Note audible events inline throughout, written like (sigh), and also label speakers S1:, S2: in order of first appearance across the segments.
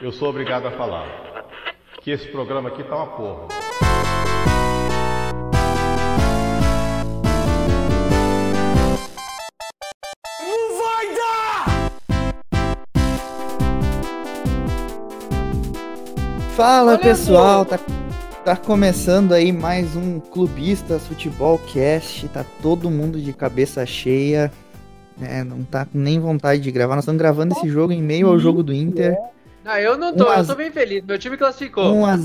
S1: Eu sou obrigado a falar que esse programa aqui tá uma porra.
S2: Não vai dar!
S3: Fala
S2: Olha,
S3: pessoal, tá, tá começando aí mais um Clubistas Futebol Cast, tá todo mundo de cabeça cheia, né, não tá com nem vontade de gravar, nós estamos gravando esse jogo em meio
S4: Uhum.
S3: ao jogo do Inter,
S4: É.
S5: Não, eu não tô,
S3: Um a
S5: eu tô bem feliz. Meu time classificou.
S3: 1 a,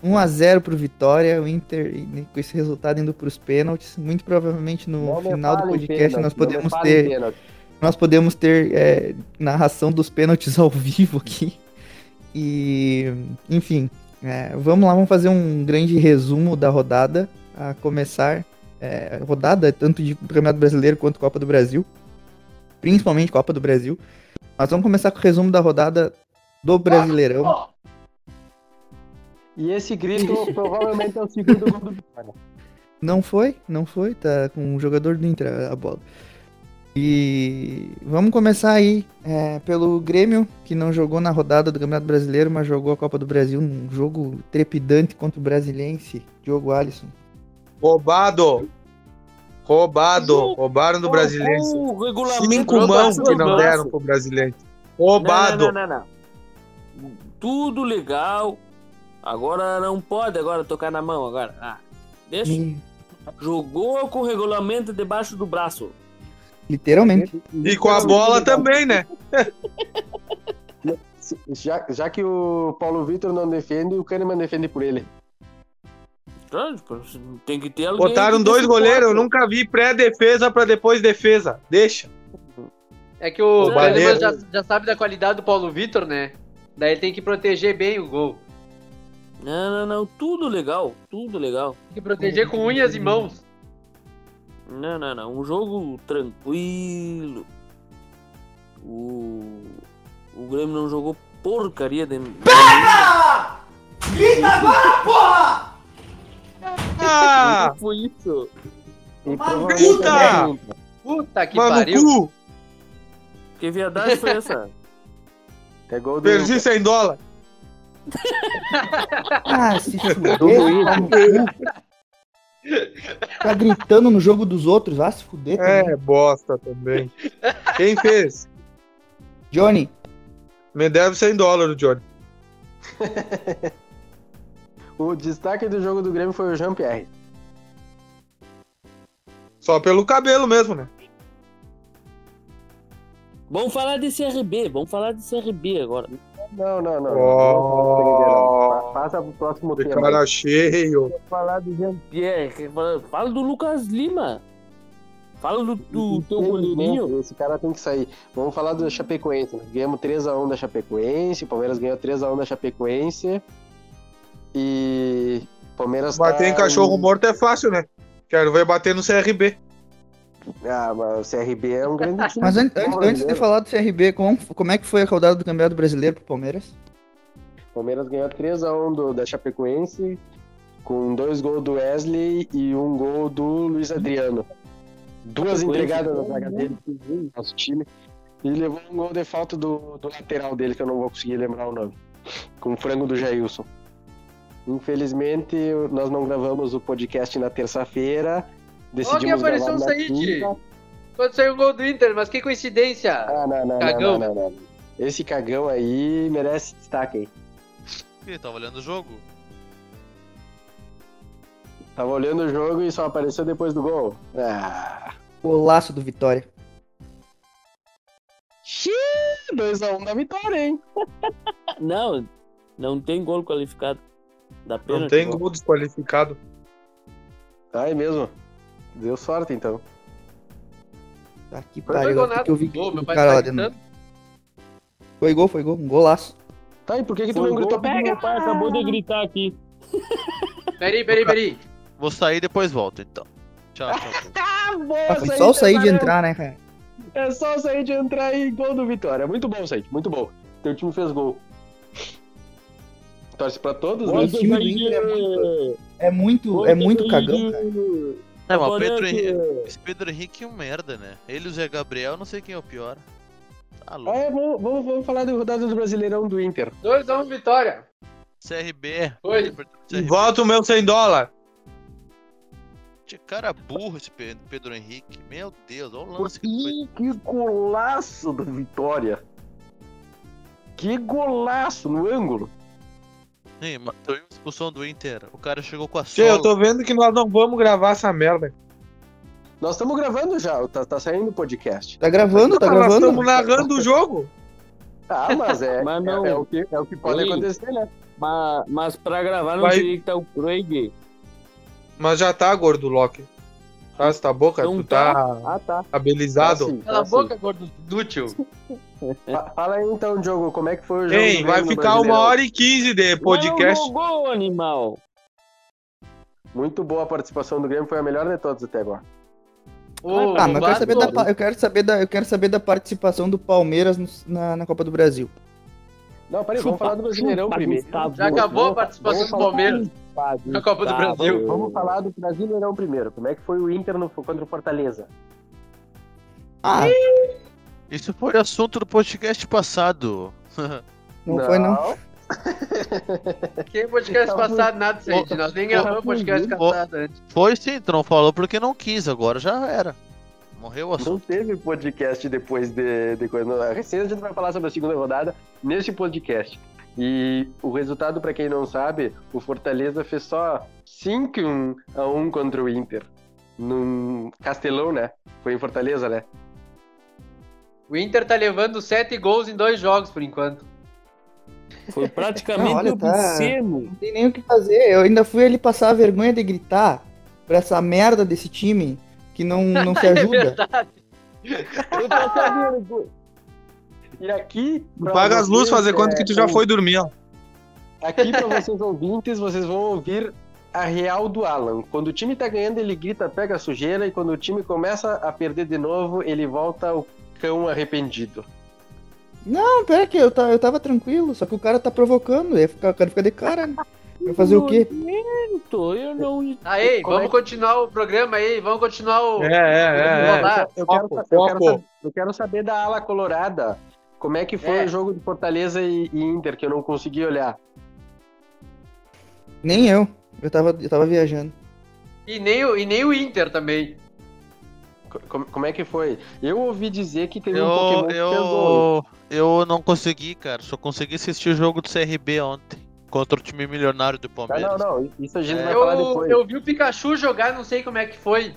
S3: 1 a 0 pro Vitória, o Inter e com esse resultado indo pros pênaltis, muito provavelmente no
S4: Não me
S3: final do
S4: fale em
S3: podcast nós
S4: pênalti, não me
S3: podemos
S4: fale em
S3: ter
S4: pênalti.
S3: nós podemos ter é, narração dos pênaltis (laughs) ao vivo aqui. E, enfim, é, vamos lá, vamos fazer um grande resumo da rodada, a começar é, rodada tanto de Campeonato Brasileiro quanto Copa do Brasil, principalmente Copa do Brasil. Mas vamos começar com o resumo da rodada do Brasileirão.
S4: E esse grito provavelmente é o segundo gol do Vitória.
S3: Não foi, não foi, tá com o jogador do Inter a bola. E vamos começar aí é, pelo Grêmio, que não jogou na rodada do Campeonato Brasileiro, mas jogou a Copa do Brasil num jogo trepidante contra o Brasiliense, Diogo Alisson.
S6: Roubado! Roubado! Roubaram do brasileiro.
S4: O regulamento
S6: Cinco
S4: do
S6: mãos que não
S4: Brasileirão.
S6: deram pro brasileiro.
S4: Não, não, não,
S6: Roubado!
S4: não, não. Tudo legal. Agora não pode agora tocar na mão agora. Ah, deixa.
S6: Hum.
S3: Me-
S4: Jogou com o regulamento debaixo do braço.
S7: (laughs)
S3: Literalmente.
S6: E com a bola
S4: (laughs)
S6: também, né?
S7: Já, já que o Paulo Vitor não defende, o Kahneman defende por ele.
S4: Claro, tipo, Tem que ter alguém.
S6: Botaram
S4: que
S6: dois
S4: dê
S6: goleiros, eu
S4: suporte.
S6: nunca vi pré-defesa pra depois defesa. Deixa.
S5: É que o
S4: Ô,
S5: Kahneman
S6: Baleiro.
S5: já, já sabe da qualidade do Paulo Vitor, né? Daí ele tem que proteger bem o gol.
S4: Não, não, não. Tudo legal. Tudo legal.
S5: Tem que proteger com unhas e mãos.
S4: Não, não, não. Um jogo tranquilo. O, o Grêmio não jogou porcaria de.
S6: Ah!
S4: Foi isso.
S7: E
S6: Puta!
S5: Puta que
S6: Mano,
S5: pariu.
S6: cu!
S4: Que viadagem foi essa?
S7: É gol do,
S6: Perdi 100 dólares.
S3: Ah, se fuder,
S7: do Luiz.
S3: tá gritando no jogo dos outros, ah, se fuder. também.
S6: É, bosta também. Quem fez?
S3: Johnny,
S6: Me deve 100 dólares, Johnny.
S7: O destaque do jogo do Grêmio foi o Jean-Pierre.
S6: Só pelo cabelo mesmo, né?
S4: vamos falar de CRB, vamos falar de CRB agora.
S7: Não, não, não.
S6: Oh.
S7: Não Passa pro próximo
S6: De
S7: tema.
S6: cara cheio.
S4: Falar do Jean-Pierre, quer falar- fala do Lucas Lima. Fala do, do teu
S3: um
S4: goleirinho.
S7: Infelizmente, Esse cara tem que sair. Vamos falar do Chapecoense. Né? Ganhamos 3x1 da Chapecoense. O Palmeiras ganhou 3x1 da Chapecoense. E. o Palmeiras.
S6: Bater em
S7: tá
S6: cachorro morto é fácil, né? Quero ver bater no CRB.
S7: Ah, mas o CRB é
S3: (laughs)
S7: um grande time.
S3: mas an-
S7: do
S3: antes, antes
S7: futebol
S3: de
S7: brasileiro.
S3: falar do CRB, como, como é que foi a caudada do Campeonato Brasileiro pro Palmeiras?
S7: Palmeiras ganhou 3x1 do- da Chapecoense, com dois gols do Wesley e um gol do Luiz Adriano. Duas entregadas na
S5: um
S7: zaga dele, nosso time. E levou um gol de falta do, do lateral dele, que eu não vou conseguir lembrar o nome. Com o frango do Jailson. Infelizmente, nós não gravamos o podcast na terça-feira.
S5: Olha
S7: Decidimos
S5: quem apareceu o
S7: gravar na
S5: Said.
S7: quinta.
S5: Quando saiu o gol do Inter, mas que coincidência.
S7: Ah, não, não,
S5: Cagão.
S7: não, não, não, não. Esse cagão aí merece destaque, hein?
S8: Ih, tava olhando o jogo?
S7: Tava olhando o jogo e só apareceu depois do gol. Ah.
S3: O laço do Vitória.
S7: 2x1 da um vitória, hein?
S4: Não, não tem gol qualificado. Da pena.
S6: Não tem gol desqualificado.
S7: Ah, é mesmo? Deu sorte, então.
S3: Tá que
S5: Não foi
S3: pariu,
S5: gol
S3: agora
S5: nada.
S3: que eu vi
S5: Gol,
S3: que
S5: meu
S3: o
S5: pai
S3: cara
S5: tá
S3: lá dentro.
S5: gritando.
S3: Foi gol, foi gol, um golaço.
S7: Tá, e por que, que tu
S4: Foi
S7: não
S4: gol
S7: gritou
S4: que Meu pai acabou de gritar aqui.
S5: Peraí, peraí, peraí.
S8: Vou sair e depois volto, então. Tchau,
S6: (laughs)
S8: tchau.
S7: Ah, boa,
S3: Ah, foi só o sair de entrar, né, cara?
S7: É só sair de entrar e gol do Vitória. Muito bom, Said, muito bom. Teu time fez gol. Torce pra todos,
S3: Olha,
S7: né?
S3: o time do Inter é É muito, é muito cagão, cara.
S8: É, mas o Pedro Henrique, esse Pedro Henrique é um merda, né? Ele e o Zé Gabriel, não sei quem é o pior. Tá
S7: Ah,
S8: louco.
S7: é, vamos, vamos, vamos falar da rodada do Brasileirão do Inter.
S5: 2x1 vitória.
S8: CRB.
S5: Oi.
S8: CRB.
S6: Volta o meu 100 dólar.
S8: Cara burro esse Pe- Pedro Henrique. Meu Deus, olha o lance que foi.
S7: Ih, Que golaço do Vitória! Que golaço no ângulo!
S8: Sim, matou a expulsão do Inter. O cara chegou com a
S6: Tchê, eu
S8: sola.
S6: tô vendo que nós não vamos gravar essa merda.
S7: Nós estamos gravando já, tá, tá saindo o podcast.
S3: Tá gravando, tá
S6: Ah, nós
S3: gravando?
S6: estamos narrando o jogo.
S7: Ah, mas
S4: (laughs)
S7: é,
S4: Mas
S7: é-
S4: não.
S7: é o que, é o que pode
S4: Ei.
S7: acontecer, né?
S4: Mas, mas pra gravar não
S6: Vai-
S4: teria que tá o Craig.
S6: Mas já tá, gordo Loki. Ah, você tá boca?
S4: Não
S6: tu tá,
S4: Ah, tá.
S6: habilitado?
S7: Assim,
S5: Cala a
S7: assim.
S5: boca, gordo inútil.
S7: Fa- Fala aí então, Diogo, como é que foi o jogo?
S6: Ei,
S7: do
S6: vai
S7: Grêmio no
S6: ficar uma
S7: Brasileirão?
S6: hora e quinze de podcast.
S4: Não, no gol, animal.
S7: Muito boa a participação do Grêmio, foi a melhor de todas até agora.
S5: Ô,
S3: Ah, mas eu quero,
S5: Bato,
S3: saber da, pa- eu, quero saber da, eu quero saber da participação do Palmeiras no- na, na Copa do Brasil.
S7: Não, peraí, vamos
S4: Chupa,
S7: falar do Brasileirão
S4: chupa,
S7: primeiro.
S4: Gustavo.
S5: Já acabou a
S7: Vamos-
S5: participação
S7: vamos
S5: do
S7: falar-
S5: Palmeiras na Copa do
S4: Tá,
S5: Brasil.
S7: Vamos falar do Brasileirão primeiro. Como é que foi o Inter no, contra o Fortaleza?
S3: Ah,
S8: Isso foi assunto do podcast passado.
S3: não, foi não.
S5: Quem
S4: Tá
S5: podcast passado nada, gente. Nós nem
S3: tá
S5: gravamos podcast
S8: Ô, ô,
S5: passado né? antes.
S8: Foi sim, tu não falou porque não quis, agora já era. Morreu o
S7: Não
S8: assunto.
S7: teve podcast depois de, de coisa. Não, Recém a gente vai falar sobre a segunda rodada neste podcast. E o resultado, pra quem não sabe, o Fortaleza fez só 5 a 1 contra o Inter. Num Castelão, né? Foi em Fortaleza, né?
S5: O Inter tá levando 7 gols em dois jogos por enquanto.
S4: Foi praticamente
S3: Não, olha,
S4: o
S3: tá-
S4: Pissemo.
S3: Não tem nem o que fazer. Eu ainda fui ali passar a vergonha de gritar pra essa merda desse time que (laughs) não, não se
S5: É
S3: ajuda.
S5: verdade.
S7: E aqui. pra
S6: Paga as luzes,
S7: vocês,
S6: fazer conta
S7: é,
S6: que tu já
S7: ou-
S6: foi dormir, ó.
S7: Aqui pra vocês ouvintes, vocês vão ouvir a real do Alan. Quando o time tá ganhando, ele grita, pega a sujeira, e quando o time começa a perder de novo, ele volta o cão arrependido.
S3: Não, pera que eu, tá, eu tava tranquilo, só que o cara tá provocando, ia ficar, o cara fica de cara, né? Vai fazer o quê?
S4: Nojento, Eu não.
S5: Aí,
S7: Como é
S5: vamos continuar o programa aí, vamos continuar o.
S6: É, é, é. é.
S5: Olá.
S7: Eu quero,
S6: Foco,
S7: sa- eu quero
S6: foco.
S7: sa- eu quero saber da ala colorada. Como é que foi
S5: É.
S7: o jogo de Fortaleza e, e Inter, que eu não consegui olhar.
S3: Nem eu. Eu tava, eu tava viajando.
S5: E, nem o, e nem o Inter também.
S7: Co- Como, como é que foi? Eu ouvi dizer que teve um Pokémon que
S8: Eu,
S7: um. fez gol.
S8: eu, eu não consegui, cara. Só consegui assistir o jogo do CRB ontem. Contra o time milionário do
S7: Tá,
S8: Palmeiras.
S7: não, não, isso a gente
S9: É.
S7: vai falar
S5: Eu,
S7: depois.
S5: eu vi o Pikachu jogar, não sei como é que foi.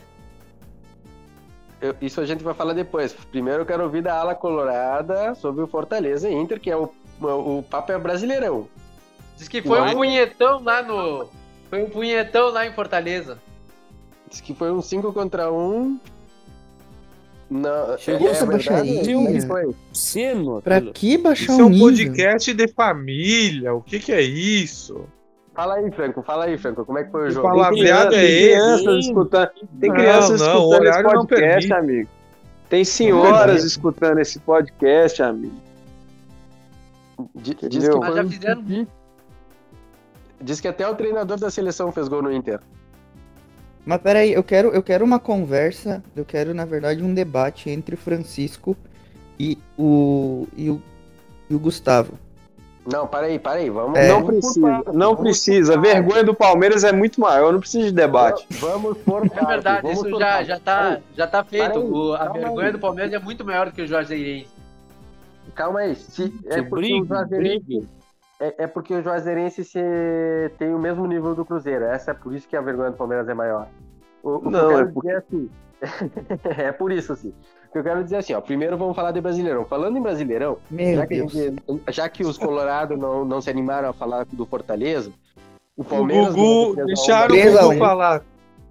S7: Eu- isso a gente vai falar depois. Primeiro eu quero ouvir da ala colorada sobre o Fortaleza e Inter, que é o, o papo é brasileirão.
S5: Diz que foi
S7: Uai.
S5: um punhetão lá no. Foi um punhetão lá em Fortaleza.
S7: Diz que foi um 5 contra 1. Um. Não,
S4: Chegou
S3: essa
S7: verdade?
S3: baixaria.
S7: Como é que foi?
S4: Pissemo.
S3: Pra
S4: aquilo.
S3: que baixar
S6: Isso é
S3: o
S6: um
S3: nível?
S6: podcast de família. O que que é isso?
S7: Fala aí, Franco, fala aí, Franco, como é que foi o
S6: Que
S7: jogo?
S6: palavreado é esse?
S4: crianças
S9: escutando. Tem
S6: Não,
S9: crianças
S6: não, o
S9: escutando esse
S6: horário não
S9: podcast,
S6: permite.
S9: amigo. Tem senhoras
S6: permite.
S9: escutando esse podcast, amigo.
S7: Di- Diz,
S9: Entendeu?
S7: que
S5: Mas
S7: foi
S5: já
S7: um-
S5: fizeram.
S7: diz que até o treinador da seleção fez gol no Inter.
S3: Mas peraí, eu quero, eu quero uma conversa, eu quero, na verdade, um debate entre o Francisco e o, e o, e o Gustavo.
S7: Não, para aí, para aí, vamos.
S3: É.
S9: Não
S7: vamos por
S9: precisa,
S7: partes,
S9: não
S7: vamos
S9: precisa. A
S7: por partes.
S9: vergonha do Palmeiras é muito maior, não precisa de debate.
S7: Vamos por
S5: É
S7: partes,
S5: verdade,
S7: vamos
S5: isso
S7: por
S5: já,
S7: partes.
S5: já, tá, já tá feito.
S7: Para aí,
S5: O- a
S7: calma
S5: vergonha
S7: aí.
S5: do Palmeiras é muito maior do que o Jorge Zeirense.
S7: Calma aí. Se, é porque o
S4: Brigue,
S7: Juazeirense
S4: (laughs) brigue.
S7: É, é porque o Juazeirense se- tem o mesmo nível do Cruzeiro. Essa é por isso que a vergonha do Palmeiras é maior. O, o que eu
S9: Não,
S7: quero
S9: é
S7: dizer assim- (laughs) é por isso, assim. O que eu quero dizer assim, ó. Primeiro vamos falar de Brasileirão. Falando em Brasileirão,
S3: Meu
S7: já que, a
S3: Deus.
S7: gente- já
S9: (laughs)
S7: que os Colorados não, não se animaram a falar do Fortaleza, o
S6: O
S7: Palmeiras...
S6: Gugu,
S7: ganhou de 3 a 1.
S6: deixaram o
S3: Três a
S6: Gugu
S3: um.
S6: falar.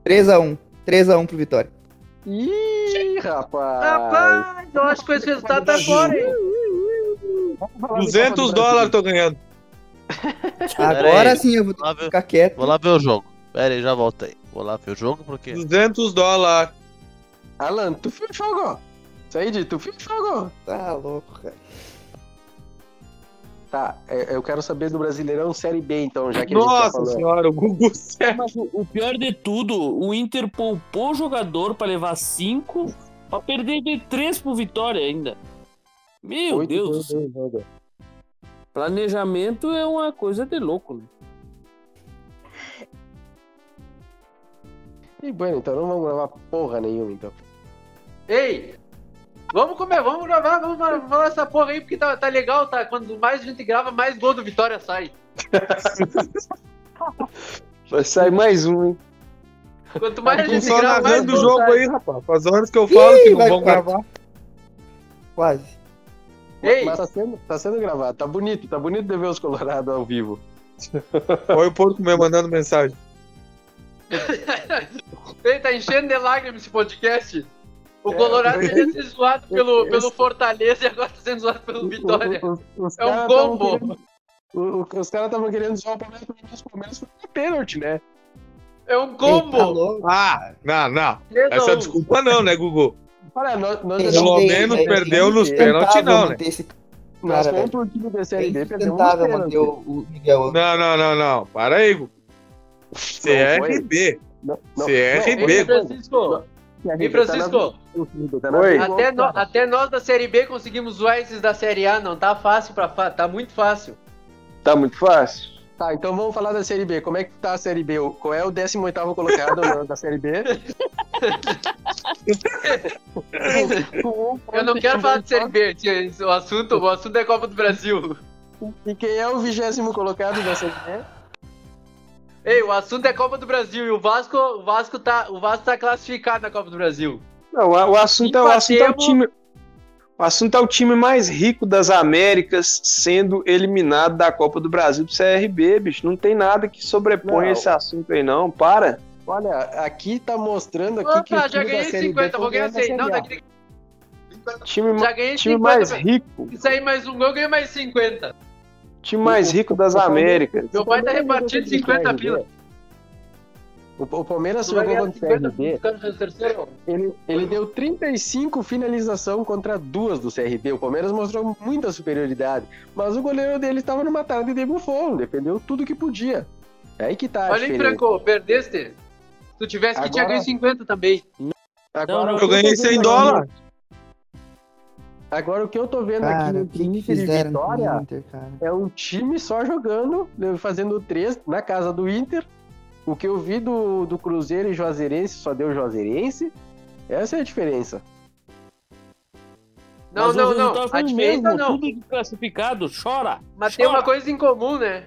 S3: 3x1. 3x1 pro Vitória.
S7: Ih, rapaz!
S5: Rapaz, eu acho que esse resultado tá fora, hein?
S7: Vamos falar do
S6: 200
S7: Copa do
S6: dólares tô ganhando.
S3: Agora sim eu vou ter
S8: Vou lá,
S3: que
S8: ver,
S3: ficar quieto.
S8: vou lá ver o jogo. Pera aí, já volto aí. Vou lá ver o jogo porque.
S6: 200 dólares.
S7: Brasil. Alan, tu fez jogo! Said, tu fez jogo!
S3: Tá louco, cara.
S7: Tá, é- eu quero saber do Brasileirão Série B, então, já que a gente tá
S6: Nossa
S7: falando.
S6: senhora, o Gugu (laughs) certo.
S4: Mas o- o pior de tudo, o Inter poupou o jogador pra levar cinco, pra perder de três pro Vitória ainda. Meu
S7: Oito
S4: Deus, do
S7: gols
S4: céu.
S7: em um jogo.
S4: planejamento é uma coisa de louco, né?
S7: E bueno, então não vamos gravar porra nenhuma, então.
S5: Ei! Vamos comer, vamos gravar, vamos fa- falar essa porra aí, porque tá, tá legal, tá? Quando mais a gente grava, mais gol do Vitória sai.
S10: Vai sair mais um, hein?
S5: Quanto mais a
S6: Tô
S5: gente
S6: só
S5: grava, mais
S6: narrando o
S5: gol
S6: jogo
S5: sai.
S6: aí, rapaz. Faz horas que eu falo que não
S3: vai
S6: vão
S3: quarto.
S6: gravar.
S3: Quase.
S5: Ei,
S7: Mas tá sendo, tá sendo gravado, tá bonito, tá bonito de ver os Colorados ao vivo.
S6: Olha o porco me mandando mensagem.
S5: ei, tá enchendo de lágrimas esse podcast. O Colorado
S7: É,
S5: ia ser zoado pelo,
S7: (laughs) esse-
S5: pelo Fortaleza e agora tá sendo zoado pelo Vitória.
S7: O- o- o- os
S5: É um
S7: caras tavam
S5: combo.
S7: querendo- o- o- Os caras estavam querendo zoar o Palmeiras, mas o Palmeiras foi um pênalti, né?
S5: É um
S3: Ei, tá
S5: combo.
S3: louco.
S6: Ah, não, não.
S5: Três a
S6: Essa
S5: um.
S6: desculpa não, né, Gugu?
S7: Olha, nós, nós
S5: É,
S7: né?
S3: Ei,
S7: já
S6: Pelo
S3: não tem-
S6: menos
S3: não tem
S6: perdeu nos
S7: que
S6: pênaltis, não, né?
S3: manter esse
S7: Nós
S3: Cara,
S7: fomos pro time da Série B, perdemos um uns
S3: tentável
S7: pênaltis.
S3: É manter o, o Miguel Angel.
S6: Não, não, não, não. Para aí, Gugu. é CRB.
S7: Não, não. é
S6: CRB.
S5: Ei, Francisco, ei,
S7: tá
S5: Francisco.
S7: né?
S10: Oi.
S5: Até, no- até nós da Série B conseguimos zoar esses da Série A, não tá fácil pra fa- tá muito fácil.
S10: Tá muito fácil?
S7: Tá, então vamos falar da Série B. Como é que tá a Série B? O- Qual é o 18º colocado na- da Série B?
S5: (laughs) Eu não quero falar de Série B, tia, esse- o assunto, o assunto é Copa do Brasil.
S7: E quem é o 20 colocado da Série B?
S5: Ei, o assunto é Copa do Brasil e o Vasco, o Vasco tá, o Vasco tá classificado na Copa do Brasil.
S10: Não, o o assunto, é, o assunto é o
S5: Empatemos.
S10: time. O assunto é o time mais rico das Américas sendo eliminado da Copa do Brasil do CRB, bicho. Não tem nada que sobreponha
S7: Não.
S10: esse assunto aí, não. Para.
S7: Olha, aqui tá mostrando aqui que
S5: Opa,
S7: o
S5: já
S7: time da
S5: ganhei
S7: Série B
S5: 50,
S7: tá
S5: vou ganhar
S7: ganhando a
S5: 100. Não,
S7: Série A.
S5: daqui,
S10: Time, ma-
S5: já ganhei
S10: time mais
S5: 50.
S10: rico.
S5: Se sair mais um gol, eu ganho mais 50.
S10: Time mais rico das Américas.
S5: Meu pai tá
S7: Palmeiras jogou
S5: repartindo
S7: contra o
S5: 50
S7: CRB.
S5: pila.
S7: O, o Palmeiras
S5: Tu vai
S7: jogou
S5: ganhar
S7: contra o
S5: 50
S7: CRB,
S5: ficando no terceiro?
S7: ele, ele deu 35 finalização contra duas do CRB. O Palmeiras mostrou muita superioridade, mas o goleiro dele estava numa tarde de bufão, defendeu tudo que podia. É aí que tá a
S5: Olha aí,
S7: diferença.
S5: Franco, perdeste. Se tu tivesse que, tinha
S7: Agora-
S5: ganho 50 também.
S4: Não, não,
S7: o
S4: eu
S7: que
S6: Eu ganhei
S7: tô vendo
S6: 100
S7: aqui-
S6: dólares.
S7: Agora o que eu tô vendo aqui
S3: Cara, o
S7: no
S3: que, que
S7: Inter e
S3: fizeram com
S7: Vitória
S3: o Inter, cara?
S7: é um time só jogando, né, fazendo três na casa do Inter. O que eu vi do, do Cruzeiro e Juazeirense só deu Juazeirense. Essa é a diferença.
S5: Não,
S4: Mas o
S5: não, não.
S4: resultado foi
S5: A
S4: o
S5: diferença
S4: mesmo,
S5: não.
S4: Tudo classificado, chora.
S5: Mas tem
S4: chora.
S5: uma coisa em comum, né?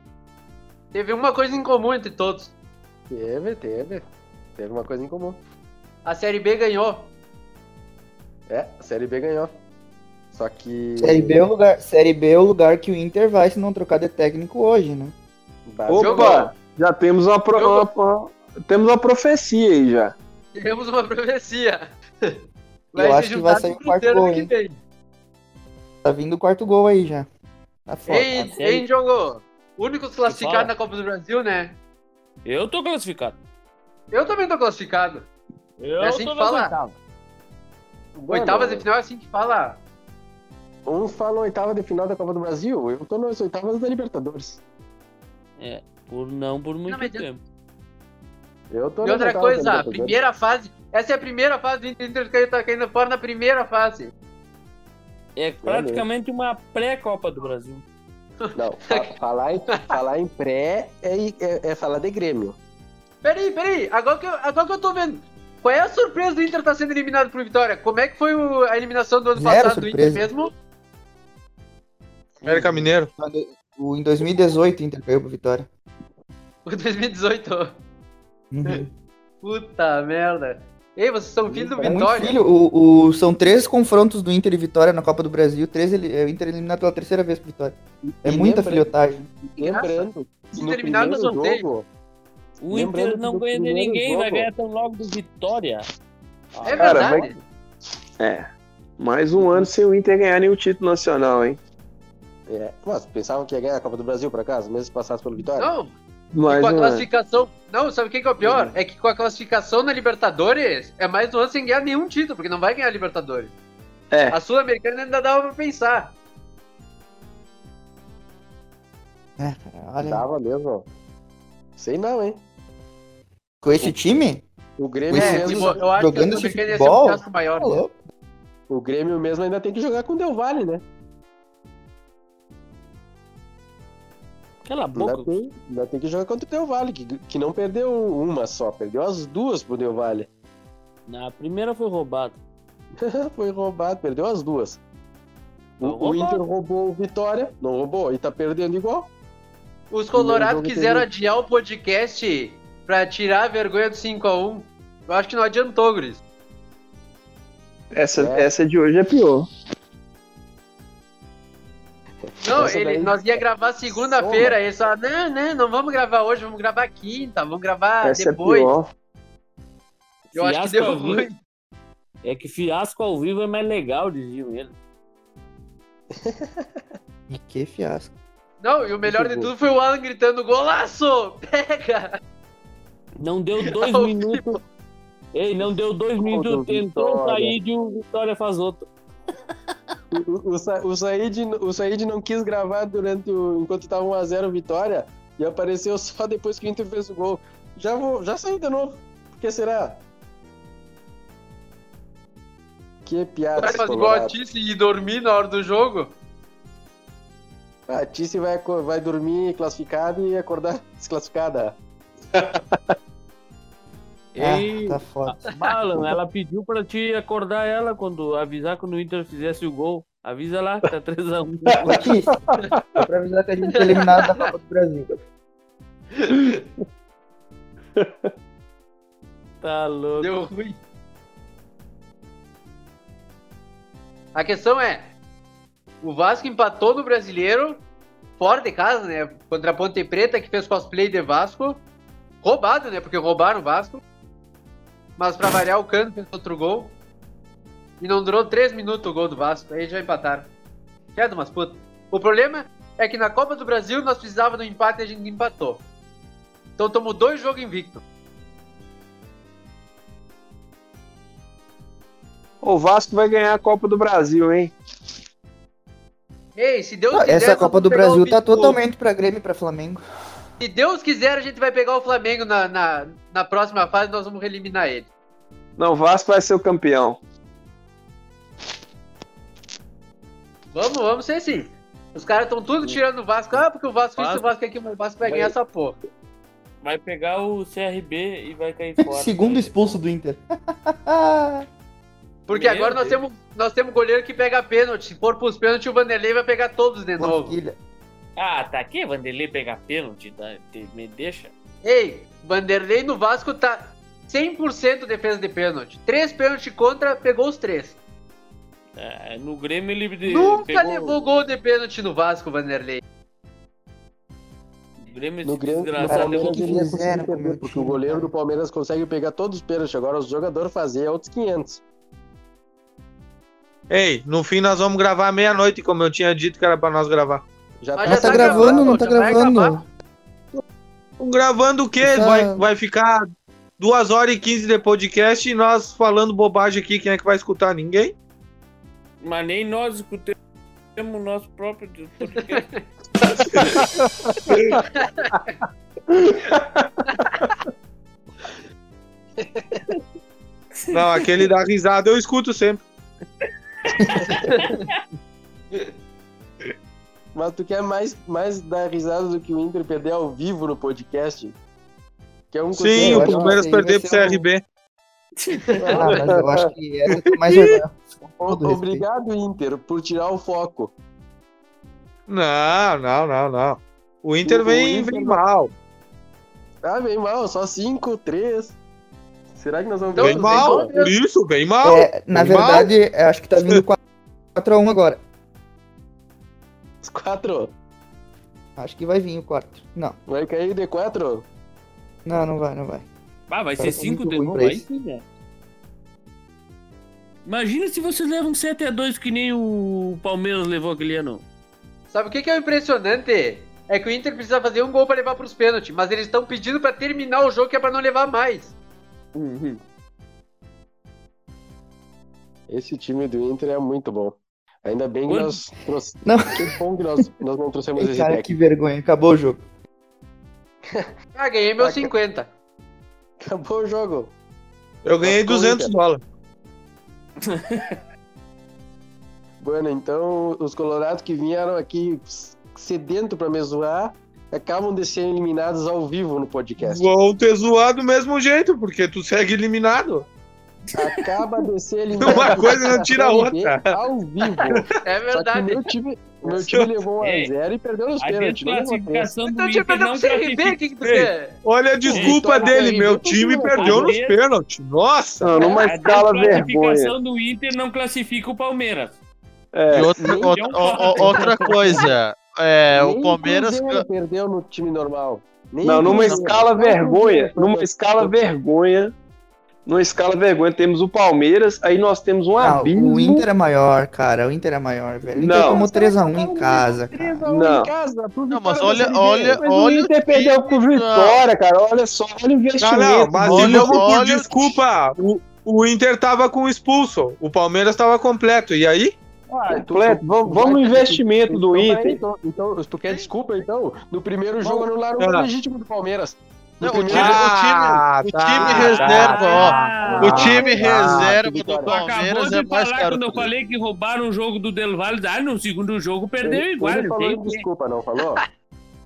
S5: Teve uma coisa em comum entre todos. É,
S7: Teve, teve. Teve uma coisa em comum.
S5: A Série B ganhou.
S7: É, a Série B ganhou. Só que.
S3: Série B, é o lugar, série B é o lugar que o Inter vai se não trocar de técnico hoje, né?
S10: Opa, já temos uma, pro-
S5: Jogou.
S10: uma- uma- temos uma profecia aí já.
S5: Tivemos uma profecia.
S3: (laughs) Eu
S5: se
S3: acho que
S5: juntar
S3: vai sair
S5: com
S3: o quarto
S5: Cruzeiro
S3: gol,
S5: ano que
S3: hein?
S5: vem.
S3: Tá vindo o quarto gol aí já. Tá foda.
S5: Ei, ei, jogou. Únicos classificados
S4: fala.
S5: na Copa do Brasil, né?
S4: Eu tô classificado.
S5: Eu também tô classificado.
S4: Eu
S5: É assim
S4: tô
S5: que fala?
S4: classificado.
S5: Oitavas de final é assim que fala.
S7: Uns falam um oitava de final da Copa do Brasil. Eu tô nas oitavas da Libertadores.
S4: Por não por muito
S5: Não, mas eu-
S4: tempo.
S7: Eu tô
S5: E
S7: nas
S5: outra
S3: tá
S7: oitavas da
S5: coisa, a
S7: Libertadores.
S5: primeira fase. Essa é a primeira fase do Inter. O Inter tá caindo fora na primeira fase.
S4: É praticamente uma pré-Copa do Brasil.
S7: Não,
S5: (laughs)
S7: fa- falar, em, falar em pré é, é- é falar de Grêmio.
S5: Peraí, peraí. Agora que, eu, agora que eu tô vendo. Qual é a surpresa do Inter tá sendo eliminado por Vitória? Como é que foi o- a eliminação do ano
S3: Zero
S5: passado do
S3: surpresa.
S5: Inter mesmo? (laughs)
S6: América Mineiro.
S3: Quando- o- Em 2018 o Inter perdeu pro Vitória.
S5: O 2018.
S3: Uhum.
S5: Puta merda. Ei, vocês são filhos do
S3: É muito
S5: Vitória.
S3: filho. O, o- são três confrontos do Inter e Vitória na Copa do Brasil. Três, ele- é, o Inter eliminado pela terceira vez pro Vitória. É
S7: E
S3: muita
S7: lembra-
S3: filhotagem.
S7: Lembrando,
S5: Se
S7: no
S5: terminar no
S7: primeiro
S5: sorteio.
S7: jogo,
S4: O
S7: Lembrando
S4: Inter não
S7: do
S4: ganha de
S7: primeiro
S4: ninguém,
S7: jogo.
S4: vai ganhar tão logo do Vitória.
S5: É
S10: Cara,
S5: verdade.
S10: É. Mais um ano sem o Inter ganhar nenhum título nacional, hein?
S7: é, mas pensavam que ia ganhar a Copa do Brasil, por acaso, mesmo se passasse pelo Vitória?
S5: Não, tipo, é. e
S10: Mais
S5: com a
S10: um ano.
S5: classificação. Não, sabe o que, que é o pior? É que com a classificação na Libertadores, é mais um ano sem ganhar nenhum título, porque não vai ganhar a Libertadores.
S10: É.
S5: A Sul-Americana ainda dava pra pensar.
S3: É, cara, olha.
S7: Dava mesmo. Sei não, hein?
S3: Com esse time?
S7: O Grêmio,
S3: Pois
S5: É,
S3: é,
S5: tipo,
S7: mesmo,
S3: jogando
S5: eu acho que a
S3: esse
S5: Sul-Americana ia ser um
S3: futebol,
S5: fiasco maior.
S3: Tá
S8: tipo,
S5: né?
S3: louco.
S7: o Grêmio mesmo ainda tem que jogar com o Del Valle, né?
S4: Cala a
S5: Ainda
S4: boca.
S5: tem, ainda tem que jogar contra o Del Valle, que, que não perdeu uma só, perdeu as duas pro Del Valle.
S4: Na primeira foi roubado.
S5: (laughs) Foi roubado, perdeu as duas. O,
S4: Não
S5: o
S4: roubou.
S5: Inter roubou o Vitória, não roubou, e tá perdendo igual.
S8: Os Colorados
S5: Não, não
S8: quiseram
S5: entendi.
S8: adiar o podcast pra tirar a vergonha do 5x1. Eu acho que não adiantou, Gris.
S7: Essa,
S5: É.
S7: essa de hoje é pior.
S8: Não,
S5: Essa
S8: ele,
S5: daí-
S8: nós ia gravar segunda-feira, eles falaram, não, não, não vamos gravar hoje, vamos gravar quinta, vamos gravar
S7: essa
S8: Ah, depois.
S7: é pior.
S8: Eu acho que
S4: Fiasco
S8: deu
S4: ao vivo.
S8: ruim.
S4: É que fiasco ao vivo é mais legal, diziam ele.
S3: E que fiasco.
S8: Não, e o melhor de tudo foi o Alan gritando, golaço! Pega!
S4: Não deu dois
S8: Ao
S4: minutos. Ei, não deu dois minutos,
S5: do
S4: tentou
S5: Vitória.
S4: sair de um Vitória faz outro.
S5: O, o, Sa- o, Said, o Said não quis gravar durante o, enquanto tava 1x0 Vitória, e apareceu (laughs) só depois que o Inter fez o gol. Já, vou, já saiu de novo. Por que será? Que piada.
S8: Vai fazer igual a
S5: colorado.
S8: Tice e dormir na hora do jogo?
S5: A Tice vai, aco- vai dormir classificada e acordar desclassificada.
S4: Ei,
S3: Ah, tá foda.
S4: Balan, ela pediu pra te acordar ela quando avisar quando o Inter fizesse o gol. Avisa lá, tá 3x1.
S3: Ô, Tis, só pra avisar que a gente foi eliminado da Copa do Brasil.
S4: Tá louco.
S8: Deu ruim. A questão é, o Vasco empatou no Brasileiro, fora de casa, né? Contra a Ponte Preta, que fez cosplay de Vasco. Roubado, né? Porque roubaram o Vasco. Mas pra variar, o Cano fez outro gol. E não durou três minutos o gol do Vasco. Aí já empataram. Que é de umas putas. O problema é que na Copa do Brasil nós precisávamos do empate e a gente empatou. Então tomou dois jogos invicto.
S7: O Vasco vai ganhar a Copa do Brasil, hein?
S8: Ei, se Deus quiser.
S3: Ah, Essa
S8: nós
S3: Copa
S8: vamos
S3: do
S8: pegar
S3: Brasil
S8: o
S3: tá
S8: Vitor.
S3: totalmente pra Grêmio e pra Flamengo.
S8: Se Deus quiser, a gente vai pegar o Flamengo na, na, na próxima fase nós vamos eliminar ele.
S7: Não, o Vasco vai ser o campeão.
S8: Vamos, vamos ser sim. Os caras estão tudo tirando o Vasco. Ah, porque o Vasco, isso, o Vasco aqui, o Vasco vai ganhar essa porra.
S4: Vai pegar o CRB e vai cair fora.
S3: Segundo expulso do (laughs) Inter.
S8: Porque
S4: Meu
S8: agora nós
S4: Deus.
S8: temos, nós temos goleiro que pega pênalti. Se for pros pênaltis, o Vanderlei vai pegar todos de novo.
S3: Forquilha.
S4: Ah, tá aqui, Vanderlei pegar pênalti, tá? Te- me deixa.
S8: Ei, Vanderlei no Vasco tá 100% defesa de pênalti. Três pênaltis contra, pegou os três.
S4: Ah, no Grêmio ele de-
S8: Nunca
S4: pegou-
S8: levou gol de pênalti no Vasco, Vanderlei.
S4: O Grêmio
S5: No
S8: (laughs)
S4: esse
S5: Grêmio, no
S4: desgraçado
S3: Palmeiras
S4: levou
S5: Palmeiras
S3: que
S5: ele ia
S3: fizeram
S5: conseguir
S3: com o meu
S5: perder, porque o
S3: time,
S5: goleiro
S3: cara.
S5: do Palmeiras consegue pegar todos os pênaltis. Agora o jogador fazer é outros 500.
S6: Ei, no fim nós vamos gravar meia-noite, como eu tinha dito que era pra nós gravar.
S5: Já
S8: Mas
S5: tá,
S3: Mas tá
S8: tá
S3: gravando,
S8: gravando,
S3: não tá
S8: já vai
S3: gravando.
S8: acabar.
S6: Gravando o quê?
S3: Tá.
S6: Vai, vai ficar duas horas e 15 de podcast e nós falando bobagem aqui. Quem é que vai escutar? Ninguém?
S4: Mas nem nós escutamos o nosso próprio podcast.
S6: Não, aquele da risada eu escuto sempre.
S5: Mas tu quer mais, mais dar risada do que o Inter perder ao vivo no podcast? Quer um
S6: Sim,
S3: eu
S6: o
S3: acho
S6: Palmeiras
S3: que
S6: perdeu
S3: esse
S6: pro
S3: é o-
S6: CRB.
S3: Ah, mas eu acho que essa tem mais vergonha.
S5: O-
S3: é todo respeito.
S5: Obrigado, Inter, por tirar o foco.
S6: Não, não, não, não. O Inter
S5: O- o
S6: vem,
S5: Inter-
S6: vem mal.
S5: Ah, bem mal, só 5, 3. Será que nós vamos
S8: Então,
S6: Vem
S8: vem
S6: mal.
S8: mal
S6: Por
S8: mesmo.
S6: isso, vem mal.
S3: É, na
S6: Tem mal?
S3: verdade, eu acho que tá vindo 4x1 agora.
S5: 4?
S3: Acho que vai vir o quarto. Não,
S5: Vai cair de 4?
S3: não, não vai, não vai.
S4: (laughs) Ah, vai
S3: Cara,
S4: ser
S3: tá
S4: 5
S3: muito
S4: de
S3: ruim
S4: novo
S3: pra
S4: aí,
S3: isso.
S4: sim, né? Imagina se vocês levam um 7x2 que nem o Palmeiras levou aquele ano.
S8: Sabe o que, que é o impressionante? É que o Inter precisa fazer um gol pra levar pros pênaltis, mas eles estão pedindo pra terminar o jogo que é pra não levar mais.
S5: Uhum. Esse time do Inter é muito bom. Ainda bem que
S4: Quando-
S5: nós trouxemos.
S3: Não.
S5: (laughs) Que bom que nós, nós não trouxemos
S3: Ei,
S5: esse
S3: cara,
S5: técnico.
S3: que vergonha. Acabou o jogo.
S8: Ah, ganhei meu
S5: Ah,
S8: 50.
S5: Acabou o jogo.
S6: Eu ganhei
S5: Lascou o
S6: 200
S5: Inter.
S6: dólares.
S5: Bueno, então os colorados que vieram aqui sedento pra me zoar, acabam de ser eliminadas ao vivo no
S6: (laughs)
S5: podcast.
S6: Vão ter zoado do mesmo jeito, porque tu segue eliminado.
S5: Acaba de ser eliminado.
S6: Uma coisa não tira a outra.
S5: Ao vivo.
S8: É
S5: Só que o
S8: verdade.
S5: meu time, o meu time levou 1x0 e perdeu os
S11: A
S5: pênaltis. né? não levou três.
S11: desclassificação do
S8: Então tinha
S11: Inter
S8: perdão
S11: não
S8: pro CRB, o que que tu quer?
S6: Olha a desculpa
S5: Então,
S6: dele,
S5: aí,
S6: meu
S5: eu tô
S6: time
S5: zoando.
S6: perdeu nos
S11: Aí-
S6: pênaltis. Nossa!
S7: Não, numa
S11: A
S7: escala vergonha.
S11: desclassificação do Inter não classifica o Palmeiras.
S7: É,
S12: E outra,
S5: não,
S12: outra,
S11: É, não
S12: o- o-
S11: pode.
S12: outra coisa, é,
S5: Nem
S12: o Palmeiras.
S5: Cruzeiro perdeu no time normal. Nem
S7: Não, numa
S5: Cruzeiro.
S7: escala
S5: Nem
S7: vergonha,
S5: Cruzeiro perdeu.
S7: numa escala
S5: Então,
S7: vergonha, numa escala vergonha, temos o Palmeiras, aí nós temos um
S3: Ah,
S7: abismo.
S3: o Inter é maior, cara. O Inter é maior, velho. O Inter
S7: Não.
S3: tomou 3x1 em casa, cara.
S5: 3 a 1 tá em
S7: Não.
S5: casa, pro
S12: Não, mas
S5: Vitória
S12: olha,
S5: da Série B.
S12: olha,
S7: Mas
S12: olha.
S7: o Inter perdeu pro Vitória, cara. Olha só, olha o
S6: Não,
S7: investimento.
S6: não, mas
S12: Olha-
S6: de novo por
S12: olha-
S6: desculpa. O, o Inter tava com expulso, o Palmeiras tava completo. E aí?
S7: completo. Vamos, vamos no investimento do
S5: Então, peraí,
S7: Inter.
S5: Então, então, se tu quer desculpa, então, no primeiro jogo anularam o
S6: Ah.
S5: gol legítimo do Palmeiras. No
S12: Não, o time,
S5: primeiro-
S6: Ah,
S12: o time,
S6: tá,
S12: o time
S6: tá,
S12: reserva,
S11: tá.
S12: ó. O time
S5: Ah,
S12: reserva
S5: que
S12: do
S5: vitória.
S11: Acabou
S12: Palmeiras
S11: de
S12: é mais
S11: falar
S12: caro.
S11: quando eu
S12: que o
S11: falei que roubaram o jogo do Del Valle. Ah, no segundo jogo
S5: Ele,
S11: perdeu
S5: ele
S11: igual. não
S5: falou
S11: tem
S5: em
S11: o quê.
S5: desculpa, não falou?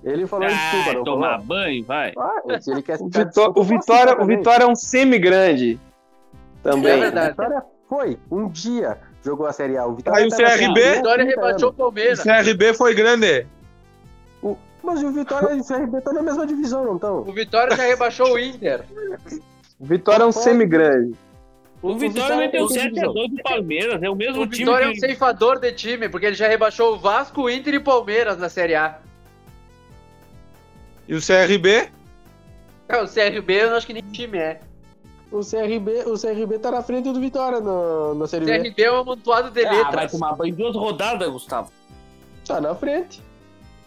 S5: Ele falou em desculpa,
S11: Ah,
S5: não
S11: tomar
S5: falou?
S11: banho, vai.
S5: Ah, se ele quer
S7: O,
S5: ficar
S7: Vitó-
S5: desculpa,
S7: o Vitória,
S5: faça
S7: o
S5: também.
S7: Vitória é um semi-grande.
S8: É
S7: Também.
S5: A
S8: verdade.
S5: Vitória foi, um dia jogou a Série A. O Vitória
S6: Aí o
S5: tava
S6: CRB?
S5: com
S8: A Vitória
S5: 30
S8: rebaixou o
S6: O
S8: Palmeiras.
S6: CRB foi grande.
S5: anos. Mas o Vitória e o CRB estão tá na mesma divisão, não estão?
S8: O Vitória já rebaixou o Inter.
S7: O Vitória é um semi-grande.
S11: O Vitória meteu
S5: é outra
S11: 7 a
S5: divisão.
S11: 2 do Palmeiras. É o (laughs) mesmo
S8: O
S11: time.
S8: Vitória é um
S11: que-
S8: ceifador de time, porque ele já rebaixou o Vasco, o Inter e o Palmeiras na Série A.
S6: E o CRB?
S8: É, o CRB eu não acho que nem time é.
S5: O CRB, o CRB tá na frente do Vitória no, na
S8: O
S5: Série B.
S8: CRB é um amontoado de
S11: Ah, vai
S8: letras.
S11: tomar banho duas rodadas, Gustavo.
S5: Tá na frente.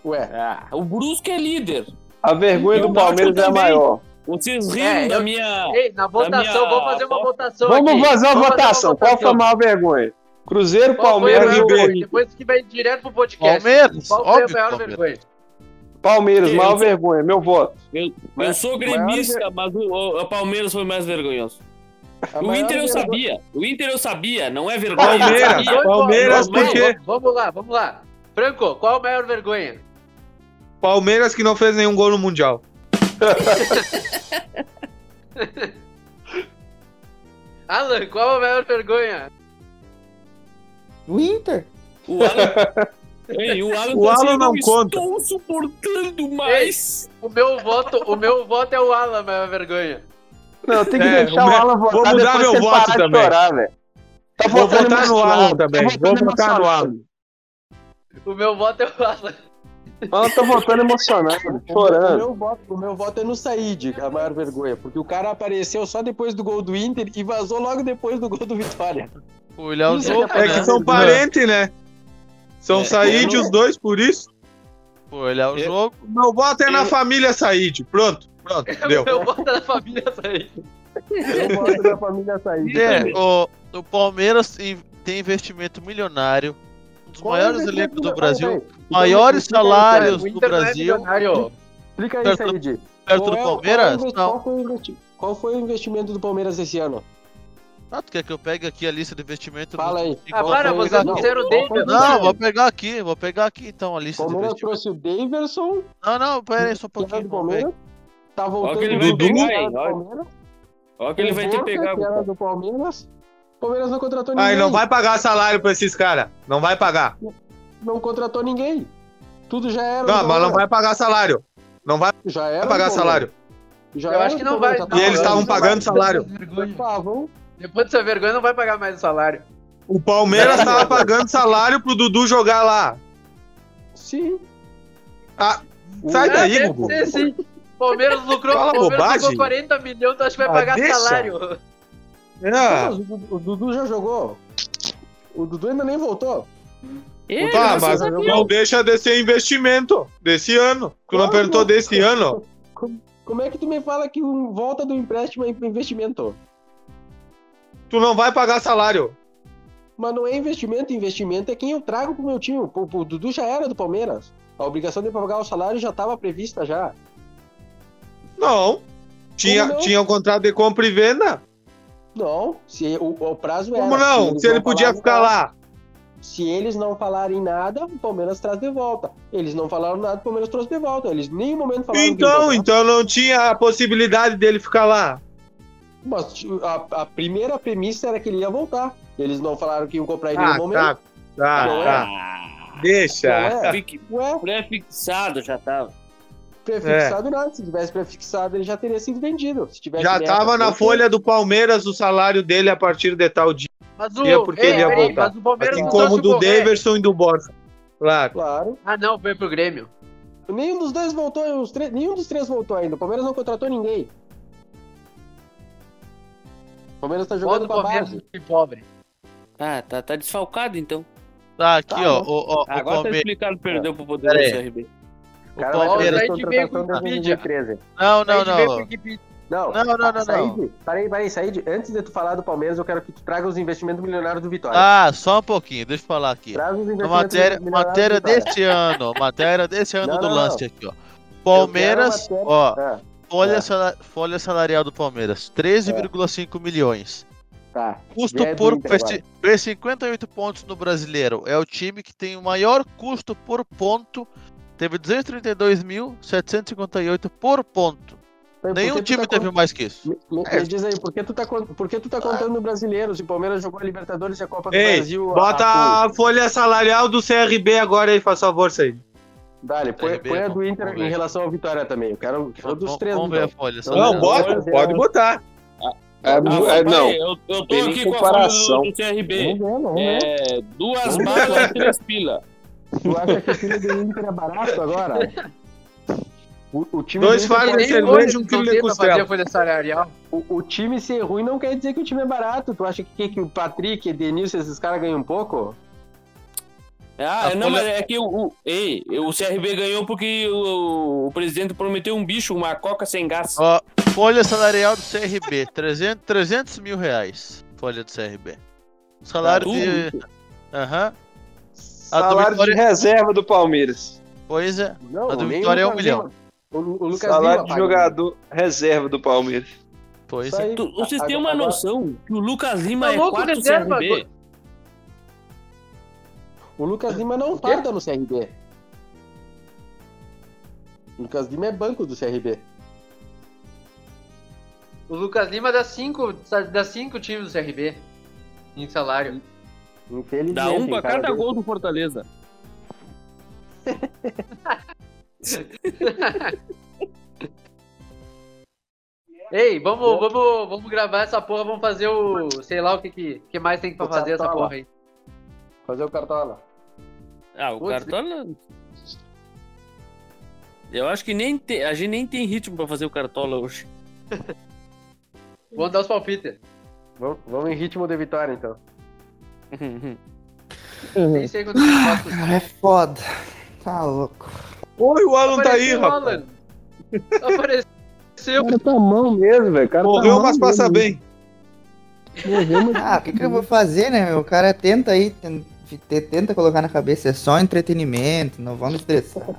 S5: Ué,
S11: Ah, o Brusque é líder.
S7: A vergonha
S11: E o
S7: do Palmeiras
S11: Náutico
S7: é a
S11: também.
S7: maior.
S11: Vocês riram
S8: É, eu-
S11: da minha.
S8: Ei, na votação,
S11: minha
S8: vamos fazer uma
S11: volta-
S8: votação Então, aqui.
S7: Vamos fazer uma
S8: Vamos
S7: votação. Qual foi a maior vergonha? Cruzeiro,
S8: Qual foi a
S7: Palmeiras e
S8: maior vergonha?
S7: Corinthians.
S8: Depois que vai direto pro podcast.
S12: Palmeiras,
S8: Qual foi a
S12: óbvio.
S8: maior
S12: Palmeiras.
S8: vergonha?
S7: Palmeiras,
S11: Que
S7: maior
S11: isso?
S7: vergonha. Meu voto.
S11: Eu sou gremista, mas o, o- o Palmeiras foi mais vergonhoso.
S5: a
S11: o
S5: maior
S11: Inter eu
S5: vergonha-
S11: sabia. O Inter eu sabia. Não é vergonha.
S4: Ah,
S6: Palmeiras,
S11: eu sabia.
S6: Palmeiras,
S8: vamos,
S6: por
S11: porque-
S6: quê?
S8: vamos, vamos lá, vamos lá. Franco, qual a maior vergonha?
S6: Palmeiras que não fez nenhum gol no Mundial.
S8: Alan, qual a maior vergonha?
S3: O Inter?
S11: O Alan,
S4: (laughs)
S11: Ei, o Alan,
S6: O
S11: tá
S6: Alan
S11: assim,
S6: não conta.
S11: Estou suportando mais.
S8: O meu voto, o meu voto é o Alan, a maior vergonha.
S7: Não, tem que
S6: É,
S7: deixar
S6: o
S7: o
S6: meu-
S7: Alan votar.
S6: vou mudar
S7: depois
S6: meu
S7: que ele
S6: voto
S7: parar de
S6: também.
S7: chorar, velho. Tá
S6: Vou
S7: votando
S6: votar no
S7: emocionado,
S6: Alan também.
S7: tá votando
S6: Vou votar no
S7: emocionado.
S8: O meu voto é o Alan.
S7: Alan tá votando emocionado,
S5: O
S7: chorando.
S5: meu, voto, o meu voto é no Said, a maior vergonha. Porque o cara apareceu só depois do gol do Inter e vazou logo depois do gol do
S12: (laughs)
S5: Vitória.
S12: O Léo Zopo,
S6: É que
S12: né?
S6: são parentes, né? São
S12: É.
S6: Said os dois, por isso.
S12: Pô, ele é o
S6: Eu-
S12: jogo.
S6: Meu voto é na família Said. Pronto, pronto, deu. (laughs)
S8: O meu voto é na família sair.
S5: Eu voto da família Said.
S12: É, o, o Palmeiras in- tem investimento milionário, um dos
S5: Qual é o
S12: maiores
S5: investimento
S12: elencos do
S5: Vai,
S12: Brasil,
S5: vai. Então,
S12: maiores
S5: explica aí,
S12: salários
S8: O
S12: do
S8: Inter não é
S12: Brasil,
S8: milionário.
S5: Explica aí,
S12: Perto do-
S5: Said.
S12: perto do
S5: Qual é- Qual,
S12: Palmeiras?
S5: é o investi-
S12: Não.
S5: qual foi o investi- qual foi o investimento do Palmeiras esse ano?
S12: Ah, tu quer que eu pegue aqui a lista de investimento?
S5: Fala aí.
S12: Igual
S8: Ah, para,
S12: eu vou
S8: vocês
S12: pegar
S8: não
S12: aqui.
S8: fizeram dele.
S12: Não, vou pegar aqui, vou pegar aqui então a
S5: O
S12: lista de
S5: Palmeiras
S12: investimento.
S5: trouxe o Daverson,
S12: Não, não, pera aí só um
S5: que era
S12: pouquinho.
S5: do
S12: Um vamos ver.
S5: Palmeiras. Tá voltando
S11: que ele
S5: o
S11: vai pegar,
S5: que era
S11: hein?
S5: do
S11: Olha.
S5: Palmeiras.
S11: Olha que ele
S5: O
S11: vai ter que
S5: Borja,
S11: pegar.
S5: que era do Palmeiras. O Palmeiras não contratou ninguém.
S6: Aí Ah, não vai pagar salário pra esses caras. Não vai pagar.
S5: Não contratou ninguém. Tudo já era. do
S6: Não, mas não
S5: Palmeiras.
S6: vai pagar salário. Não vai
S5: Já era. do
S6: pagar
S5: Palmeiras.
S6: salário.
S5: Já
S8: Eu
S5: era um
S8: acho
S5: do
S8: que não vai.
S5: Palmeiras,
S8: não,
S6: E eles
S8: eu
S6: estavam
S8: acho que não
S6: pagando
S8: vai.
S6: salário.
S5: Tá, vamos.
S8: Depois dessa vergonha, não vai pagar mais o salário.
S6: O Palmeiras tava pagando salário pro Dudu jogar lá.
S5: Sim.
S6: Ah, sai
S8: É,
S6: daí,
S8: deve
S6: Gugu.
S8: ser, sim. Palmeiras lucrou,
S6: Fala
S8: Palmeiras
S6: bobagem.
S8: lucrou 40 milhões, então acho que vai
S6: Ah,
S8: pagar
S6: deixa.
S8: salário.
S6: É.
S5: Mas o- O Dudu já jogou. O Dudu ainda nem voltou.
S11: É,
S6: Tá,
S11: vocês
S6: mas
S11: sabiam.
S6: não deixa de ser investimento desse ano. Tu não
S5: Claro,
S6: perguntou
S5: claro.
S6: desse ano?
S5: (laughs) Como é que tu me fala que um volta do empréstimo é investimento?
S6: Tu não vai pagar salário.
S5: Mas não é investimento, investimento é quem eu trago pro meu time. O, o Dudu já era do Palmeiras. A obrigação de pagar o salário já estava prevista já.
S6: Não. Tinha,
S5: Como não?
S6: tinha um contrato de compra e venda?
S5: Não, se o, o prazo era.
S6: Como
S5: se
S6: não?
S5: eles
S6: Se ele
S5: assim, falar,
S6: podia
S5: não
S6: ficar
S5: falaram.
S6: lá.
S5: Se eles não falarem nada, o Palmeiras traz de volta. Eles não falaram nada, o Palmeiras trouxe de volta. Eles em nenhum momento falaram que
S6: Então,
S5: iam
S6: então não tinha a possibilidade dele ficar lá.
S5: voltar. Mas t- a, a primeira premissa era que ele ia voltar. Eles não falaram que iam comprar ele
S6: Ah,
S5: no momento.
S6: tá, tá,
S5: Não é?
S6: tá. Deixa.
S4: Ah, Fique-
S5: Ué,
S4: Pré-fixado já tá. tava.
S5: é, prefixado nada. Se tivesse prefixado, ele já teria sido vendido. Se tivesse
S6: É.
S5: assim,
S6: Já
S5: meta,
S6: tava na
S5: ok.
S6: folha do Palmeiras o salário dele a partir de tal dia,
S8: Mas
S6: é porque ele ia
S8: peraí,
S6: voltar.
S8: mas o Palmeiras
S6: Assim
S8: não
S6: como
S8: trouxe
S6: do
S8: o Borré.
S6: Daverson e do Borja. Claro.
S5: Claro.
S8: Ah, não, foi pro Grêmio.
S5: Nenhum dos dois voltou, os três- nenhum dos três voltou ainda. O Palmeiras não contratou ninguém. O Palmeiras tá
S8: Quando
S5: jogando
S8: o
S5: com a
S8: Palmeiras
S5: base.
S8: foi pobre.
S4: Tá, tá, tá desfalcado então.
S12: Tá, aqui,
S5: Tá
S12: ó.
S5: bom.
S12: O, ó, o
S4: Agora tá
S12: Palme-
S4: explicado, perdeu pro poder
S12: Pera
S4: do
S12: aí.
S4: CRB.
S12: o
S5: cara vai
S12: Palmeiras.
S5: fazer
S8: Aí te vem com
S5: contratação desde
S8: Wikipedia.
S5: 2013.
S12: Não,
S8: Aí
S12: não,
S8: a gente veio pro
S12: não.
S8: Wikipedia.
S5: Não,
S12: Não, não, não, não.
S5: Said, parei, parei, Said, antes de tu falar do Palmeiras, eu quero que tu traga os investimentos milionários do Vitória.
S12: Ah, só um pouquinho, deixa eu falar aqui.
S5: Traz os
S12: A
S5: investimentos
S12: matéria,
S5: milionários
S12: matéria
S5: do Vitória.
S12: deste ano, matéria deste ano
S5: Não,
S12: do
S5: não,
S12: lance aqui, ó. Palmeiras,
S5: matéria-
S12: ó,
S5: Ah,
S12: folha,
S5: é.
S12: sala- folha salarial do Palmeiras, 13,5 milhões.
S5: tá.
S12: Custo
S5: Vem do
S12: por,
S5: Inter
S12: perce- per 58 pontos no Brasileiro. É o time que tem o maior custo por ponto. Teve 232.758 por ponto.
S5: Por que
S12: Nenhum
S5: tu
S12: time
S5: tá
S12: teve um- É. Ah.
S5: cont-
S12: mais que isso.
S5: Me, me- me diz aí, por que tu tá, cont- por que tu tá contando o brasileiro? Se o Palmeiras jogou a Libertadores e a Copa do
S6: Ei,
S5: Brasil.
S6: Bota
S5: a-
S6: a folha salarial do CRB agora aí, faz favor, Said.
S5: Dale, põe,
S12: RB,
S5: põe a
S12: vamos-
S5: do Inter
S12: Tá vamos
S5: em
S12: ver.
S5: relação ao Vitória também. Eu quero, eu quero dos
S12: Vamos-
S5: três.
S12: Vamos ver a
S5: então.
S12: folha
S5: Não,
S12: salarial.
S6: Não, bota,
S5: não.
S6: pode botar.
S7: É,
S4: Ah,
S7: é,
S4: peraí,
S7: não,
S4: Eu, eu tô
S7: tem nem
S4: aqui com a folha
S7: comparação.
S4: do, do CRB.
S5: Vamos ver, vamos ver.
S4: É, duas balas e três pila.
S5: Tu acha que o time do Inter é barato agora? O, o time tá
S6: Dois
S5: do Inter
S6: fardos
S5: pode-
S6: de
S8: Nem
S6: cerveja e
S8: hoje
S6: um
S8: eles
S6: quilo de
S8: não tentam fazer
S6: costela.
S8: a folha salarial.
S5: o, o time ser ruim não quer dizer que o time é barato. Tu acha que, que o Patrick, Denilson, esses caras ganham um pouco?
S4: Ah,
S12: A
S4: não,
S12: folha-
S4: mas é que o, o, ei, o CRB ganhou porque o, o presidente prometeu um bicho, uma coca sem gás.
S12: Ó, folha salarial do CRB, (laughs) 300, 300 mil reais. Folha do CRB.
S5: Tá
S12: Salário de. Aham. A do
S7: salário de
S12: Vitória-
S7: reserva do Palmeiras.
S12: Pois é.
S5: Não, tá
S12: A do
S5: nem o
S12: Vitória é um
S5: Lucas
S12: milhão.
S5: Lima. O, o Lucas
S7: salário
S5: Lima
S7: de
S5: paga. né?
S7: jogador reserva do Palmeiras.
S12: Pois
S5: Isso
S12: é.
S5: aí.
S4: Tu- vocês têm uma
S5: Agora-
S4: noção que o Lucas Lima
S8: Tá
S4: é
S8: louco,
S4: 4
S8: reserva,
S4: CRB?
S5: É, O Lucas Lima não farda no CRB. O Lucas Lima é banco do CRB.
S8: O Lucas Lima dá cinco, dá cinco times do CRB em salário.
S5: Infelizmente.
S4: Dá um pra
S5: cara
S4: cada
S5: dele.
S4: gol do Fortaleza.
S8: Ei, vamos, vamos, vamos gravar essa porra, vamos fazer o. sei lá o que, que, que mais tem pra
S5: O
S8: fazer essa
S5: Cartola.
S8: porra aí.
S5: Fazer o cartola.
S4: Ah, o
S8: Putz.
S4: Cartola... Eu acho que nem te- a gente nem tem ritmo pra fazer o Cartola hoje.
S8: Vamos dar os palpites.
S5: Vamos, vamos em ritmo de vitória, então.
S8: Nem sei quanto eu faço.
S3: Cara, é foda. Tá louco.
S6: Oi, o Alan tá aí,
S8: Apareceu o
S6: rapaz.
S8: Alan. Apareceu.
S5: Cara, tá mão mesmo, velho.
S7: tá
S5: Cara
S6: Morreu, mas passa bem.
S3: Ah, o que, que eu vou fazer, né? meu? O cara tenta aí, ten- te- tenta colocar na cabeça, é só entretenimento, não vamos estressar.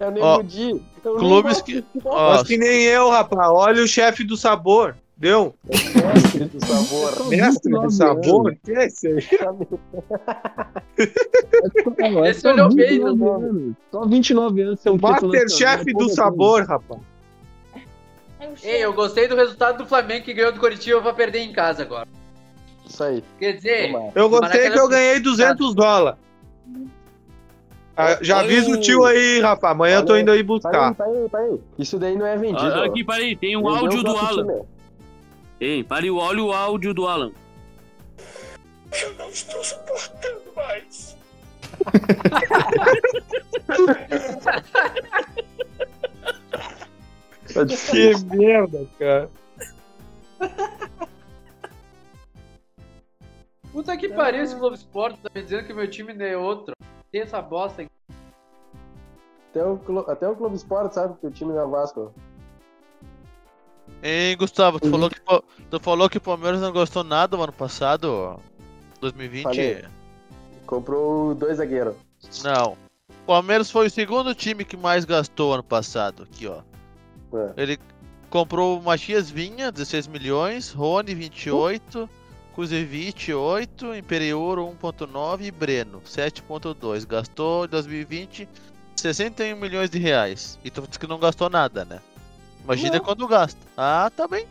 S5: É o
S12: Ó,
S5: Nego Di. É o
S12: Clubes
S5: Nego Di.
S12: que.
S6: Mas
S12: Ó,
S6: que nem eu, rapaz. Olha o chefe do sabor. Deu?
S5: Mestre do sabor.
S6: Mestre do sabor? Que é isso aí?
S4: é
S8: Esse olhou bem, né?
S5: Só 29 anos um são
S6: Masterchef do
S5: assim?
S6: sabor, rapaz.
S8: (laughs) Ei, eu gostei do resultado do Flamengo que ganhou do Curitiba pra perder em casa agora.
S5: Isso aí.
S8: Quer
S4: É.
S8: dizer,
S5: Toma.
S6: Eu gostei que eu ganhei 200 dólares. Ah, Já avisa o tio aí, rapaz. Amanhã eu tô indo aí
S5: Tá aí,
S6: buscar.
S5: tá aí, tá aí. Isso daí não é vendido.
S4: Ah,
S5: ó.
S4: aqui, parei, tem um
S5: Vendeu
S4: áudio do
S5: próprio
S4: Alan.
S5: time.
S4: Ei, pare, olha o áudio do Alan.
S5: Tá
S6: Que merda, cara.
S8: puta que pariu esse Globo Esporte, tá me dizendo que meu time não é outro. Tem essa bosta aqui.
S5: Até o, Clo- até o Clube Esporte sabe que o time não é Vasco.
S12: Hein, Gustavo,
S5: Uhum.
S12: tu falou, que, pa- tu falou que o Palmeiras não gostou nada o ano passado, ó. 2020?
S5: Falei. Comprou dois zagueiros.
S12: Não. O Palmeiras foi o segundo time que mais gastou ano passado, aqui, ó.
S5: É.
S12: Ele comprou o Matias Vinha, 16 milhões, Rony, 28, Kuzevic 8, Imperioro 1.9 e Breno 7.2. Gastou em 2020 61 milhões de reais. E tu disse que não gastou nada, né? Imagina quando gasta. Ah, tá bem.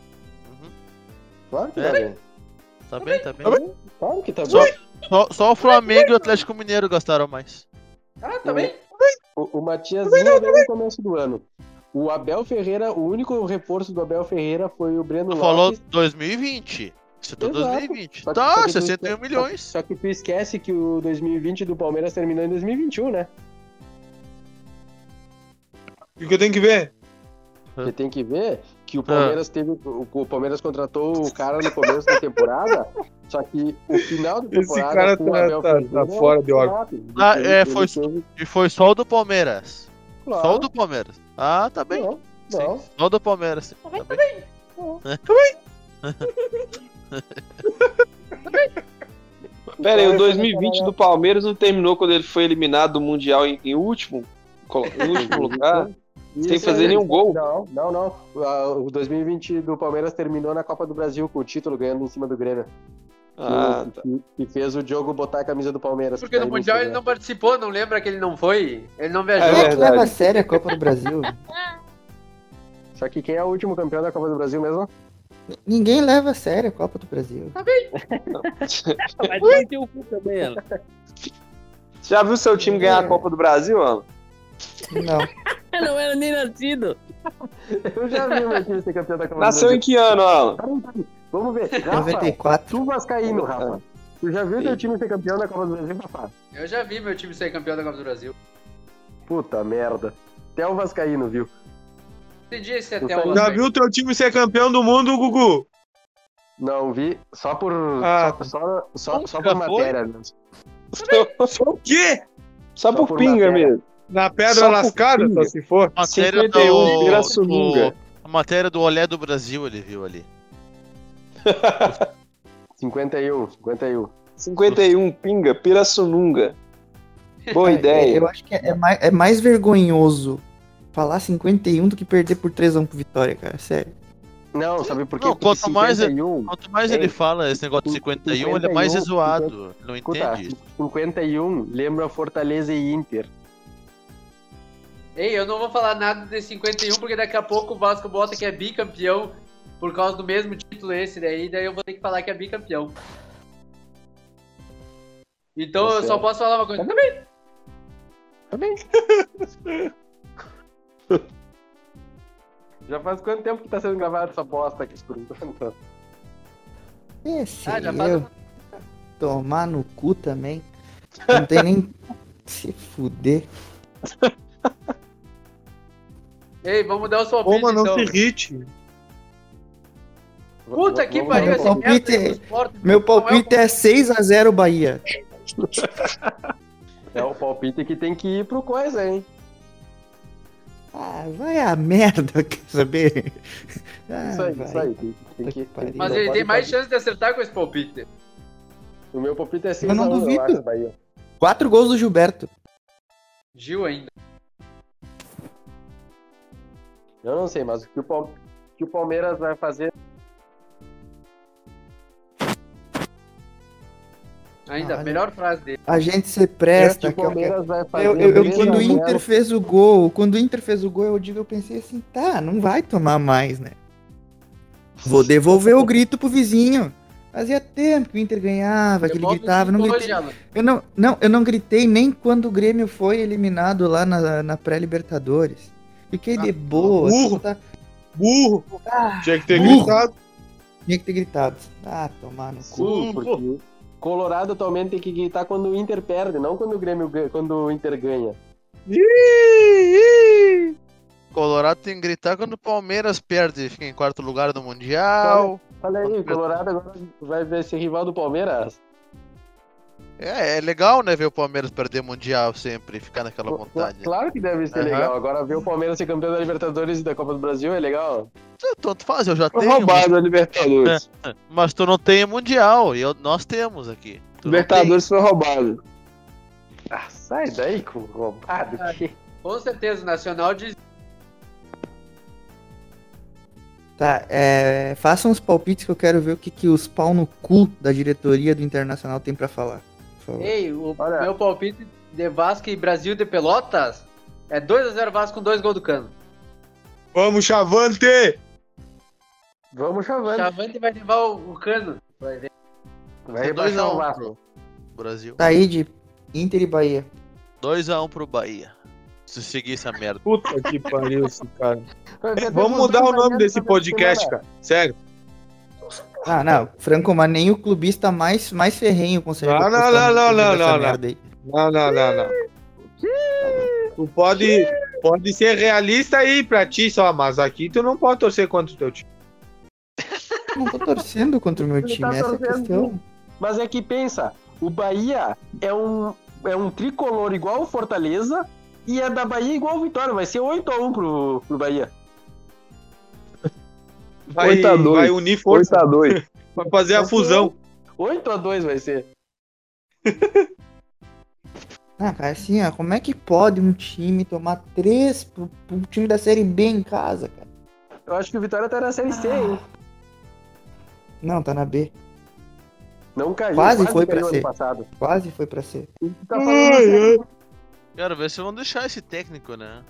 S5: Claro que
S12: É.
S5: tá bem.
S12: Tá bem, tá bem.
S5: Claro que tá bem.
S12: Só, só- só o Flamengo e o Atlético Mineiro gastaram mais.
S8: Ah, tá bem.
S5: O, o Matias Vinha veio no começo do ano. O Abel Ferreira, o único reforço do Abel Ferreira foi o Breno
S12: Tu falou
S5: Lopes.
S12: 2020. Isso é
S5: Exato.
S12: 2020.
S5: Só que- só
S12: Tá,
S5: que tu-
S12: 61
S5: só-
S12: milhões.
S5: Só que tu esquece que o 2020 do Palmeiras terminou em 2021, né?
S6: O que eu tenho que ver?
S12: É.
S5: Você tem que ver que o Palmeiras teve. O, o Palmeiras contratou o cara no começo da temporada, só que o final da
S6: Esse
S5: temporada.
S6: cara
S5: com o
S6: tá-
S5: Abel
S6: tá-
S5: Ferreira
S6: tá fora de
S5: foi
S6: órbita.
S5: rápido.
S12: Ah,
S5: Ele-
S12: é,
S5: ele
S12: foi,
S5: teve-
S12: e foi só o do Palmeiras.
S5: Claro.
S12: Só o do Palmeiras. Ah, tá bem.
S5: Não, não.
S12: Só o do Palmeiras. sim. Tá bem.
S7: Pera aí, o 2020 do Palmeiras não terminou quando ele foi eliminado do Mundial em, em último, colo- em
S5: (laughs)
S7: último lugar? Sem
S5: Isso
S7: fazer
S5: aí.
S7: nenhum gol.
S5: Não, não, não. Ah, O 2020 do Palmeiras terminou na Copa do Brasil com o título ganhando em cima do Grêmio.
S7: Ah,
S5: Que- que, que fez o Diogo botar a camisa do Palmeiras.
S8: Porque no
S5: Daí
S8: Mundial ele
S5: ganhou.
S8: não participou, não lembra que ele não foi? Ele não viajou.
S7: É
S3: Quem é que
S7: verdade.
S3: leva a sério a Copa do Brasil?
S5: Só que quem é o último campeão da Copa do Brasil mesmo? (laughs)
S3: Ninguém leva a sério a Copa do Brasil.
S4: Vai ter teu cu também, ela.
S7: Já viu seu time ganhar a Copa do Brasil, Alan?
S3: Não.
S4: (laughs) Eu não era nem nascido.
S5: Eu já vi o meu time ser campeão da Copa
S7: Nasceu em
S5: do Brasil.
S7: que ano, Alan?
S5: Vamos ver. Rafa,
S3: 94.
S5: tu vascaíno, Rafa. Tu já viu teu time ser campeão da Copa do Brasil, Rafa?
S8: Eu já vi meu time ser campeão da Copa do Brasil.
S5: Puta merda. Até o vascaíno, viu?
S8: Entendi esse
S5: Eu
S8: até
S5: só-
S8: o
S6: Já viu o teu time ser campeão do mundo, Gugu?
S5: Não vi, só por...
S6: Ah,
S5: só, só, só, só por
S12: Nunca foi?
S5: matéria. né?
S7: (laughs)
S6: Só o quê?
S7: Só por
S5: por
S7: pinga
S5: matéria.
S7: mesmo.
S6: Na pedra
S7: Só por
S6: lascada,
S7: pinga.
S6: só se for.
S12: A matéria
S7: 51,
S12: do,
S7: Pirassununga.
S12: do- A matéria do Olé do Brasil ele viu ali.
S5: 51, 51.
S7: 51, pinga, Pirassununga. né? Boa
S3: Cara,
S7: ideia.
S3: Eu acho que é mais, é mais vergonhoso falar 51 do que perder por 3x1 pro Vitória, cara. Sério.
S5: Não, sabe por quê?
S12: Não,
S5: Porque
S12: quanto mais- é-
S5: 51,
S12: Quanto mais
S5: Ei,
S12: ele fala esse negócio de 51, ele é mais
S5: 51,
S12: zoado. Não
S5: escuta,
S12: entende isso.
S5: 51 lembra Fortaleza e Inter.
S8: Ei, eu não vou falar nada de 51, porque daqui a pouco o Vasco bota que é bicampeão por causa do mesmo título esse daí, daí eu vou ter que falar que é bicampeão. Então
S5: Tá
S8: eu só
S5: certo.
S8: posso falar uma coisa.
S5: Já faz quanto tempo que tá sendo gravada essa bosta aqui por enquanto?
S3: Esse
S8: Ah, já
S3: aí
S8: faz-
S3: eu tomar no cu também. Não tem nem. (laughs) Se fuder.
S8: Ei, vamos dar o palpite
S6: Roma não
S8: então.
S6: se irrite.
S8: Puta que
S5: Vamos-
S8: pariu,
S3: Meu
S8: esse
S3: palpite
S8: merda
S3: é-
S8: do esporte
S3: Meu
S8: não é o
S3: palpite é 6x0 Bahia.
S5: É o palpite que tem que ir pro coisa, hein?
S3: Ah, vai a merda, (laughs) quer saber? Ah,
S5: Isso aí,
S3: vai.
S5: isso aí. Tem, tem
S3: Puta que
S5: que, tem que-
S3: pariu.
S8: Mas
S5: não
S8: ele
S5: pode
S8: tem mais
S5: fazer.
S8: chance de acertar com esse palpite.
S5: O meu palpite é 6
S3: Eu não
S5: a 1,
S3: duvido.
S5: acho, Bahia.
S3: Quatro gols do Gilberto.
S8: Gil ainda.
S5: Eu não sei, mas o que o, Pal- o que o Palmeiras vai fazer.
S8: Ainda,
S3: Ah,
S8: melhor frase dele.
S3: A gente se
S5: o
S3: presta. que
S5: que o
S3: é o que-
S5: Palmeiras vai fazer. né?
S3: Eu, eu- eu-
S5: três a
S3: quando o
S5: zero.
S3: Inter fez o gol, quando o Inter fez o gol, eu digo, eu pensei assim, tá, não vai tomar mais, né? Vou devolver o grito pro vizinho. Fazia tempo que o Inter ganhava, que ele
S5: um
S8: Devolve
S3: gritava. Não
S8: o
S3: gritei,
S8: Alan.
S3: eu, não, não, eu não gritei nem quando o Grêmio foi eliminado lá na, na pré-Libertadores.
S5: Ah,
S3: Fiquei de boa.
S6: burro.
S3: tá-
S6: Burro. Tinha que ter
S3: burro.
S6: gritado.
S3: Tinha que ter gritado. Ah, tomar no cu.
S5: Sim, porque Colorado atualmente tem que gritar quando o Inter perde, não quando o Grêmio ganha, quando o Inter ganha.
S12: Colorado tem que gritar quando o Palmeiras perde, fica em quarto lugar do Mundial.
S5: Olha aí, o Colorado agora vai ver esse rival do Palmeiras.
S12: É, é legal, né, ver o Palmeiras perder Mundial sempre, ficar naquela
S5: Cla-
S12: vontade.
S5: Claro que deve ser
S12: Aham.
S5: legal. Agora ver o Palmeiras ser campeão da Libertadores e da Copa do Brasil é legal.
S12: Tá, Tanto faz, eu já
S7: Foi
S12: tenho.
S7: roubado a Libertadores.
S12: mas- Mas tu não tem Mundial, e eu- nós temos aqui. Tu não
S7: Libertadores foi roubado.
S5: Ah, sai daí, com roubado.
S8: Com certeza, o Nacional diz.
S3: Tá, é, façam os palpites que eu quero ver o que, que os pau no cu da diretoria do Internacional tem pra falar. Por favor.
S8: Ei, o meu palpite de Vasco e Brasil de Pelotas é 2x0 Vasco com dois gols do Cano.
S6: Vamos, Chavante!
S5: Vamos,
S8: O
S5: Chavante.
S8: Chavante vai levar o, o Cano. Vai ver.
S5: Vai
S12: Vai ser
S5: rebaixar o
S12: 2x1
S5: Vasco.
S12: pro Brasil.
S3: Tá aí de Inter e Bahia.
S12: 2x1 pro Bahia. Se seguir essa merda.
S6: Puta que pariu esse cara.
S5: Vai ver
S6: (laughs) Vamos
S5: dois
S6: mudar o
S5: gols do
S6: nome
S5: Bahia
S6: desse
S5: nessa
S6: podcast,
S5: semana.
S6: cara. Sério.
S3: Ah, não, Franco, mas nem o clubista mais, mais ferrenho consegue.
S6: Não, não,
S3: apostar
S6: não,
S3: nesse
S6: não,
S3: time
S6: não,
S3: dessa
S6: não,
S3: merda aí.
S6: Não, não, não, não. Tu pode, pode ser realista aí pra ti só, mas aqui tu não pode torcer contra o teu time.
S3: Não tô torcendo contra o meu
S5: Ele
S3: time, essa
S5: tá
S3: é a
S5: torcendo.
S3: questão.
S5: Mas é que pensa, o Bahia é um, é um tricolor igual o Fortaleza e é da Bahia igual o Vitória. Vai ser 8x1 pro, pro Bahia.
S6: Vai,
S7: Oito a dois.
S6: vai unir força
S7: 8x2.
S6: pra fazer a fusão.
S5: 8x2 vai ser.
S3: Ah, cara, assim, ó, como é que pode um time tomar três pro, pro time da Série B em casa, cara?
S5: Eu acho que o Vitória tá na Série C, hein?
S3: Ah. Não, tá na B.
S5: Não caiu.
S3: Quase foi pra
S5: caiu ano
S3: ser.
S5: passado.
S3: Quase foi pra C.
S5: Tá falando
S12: Quero ver se vão deixar esse técnico, né?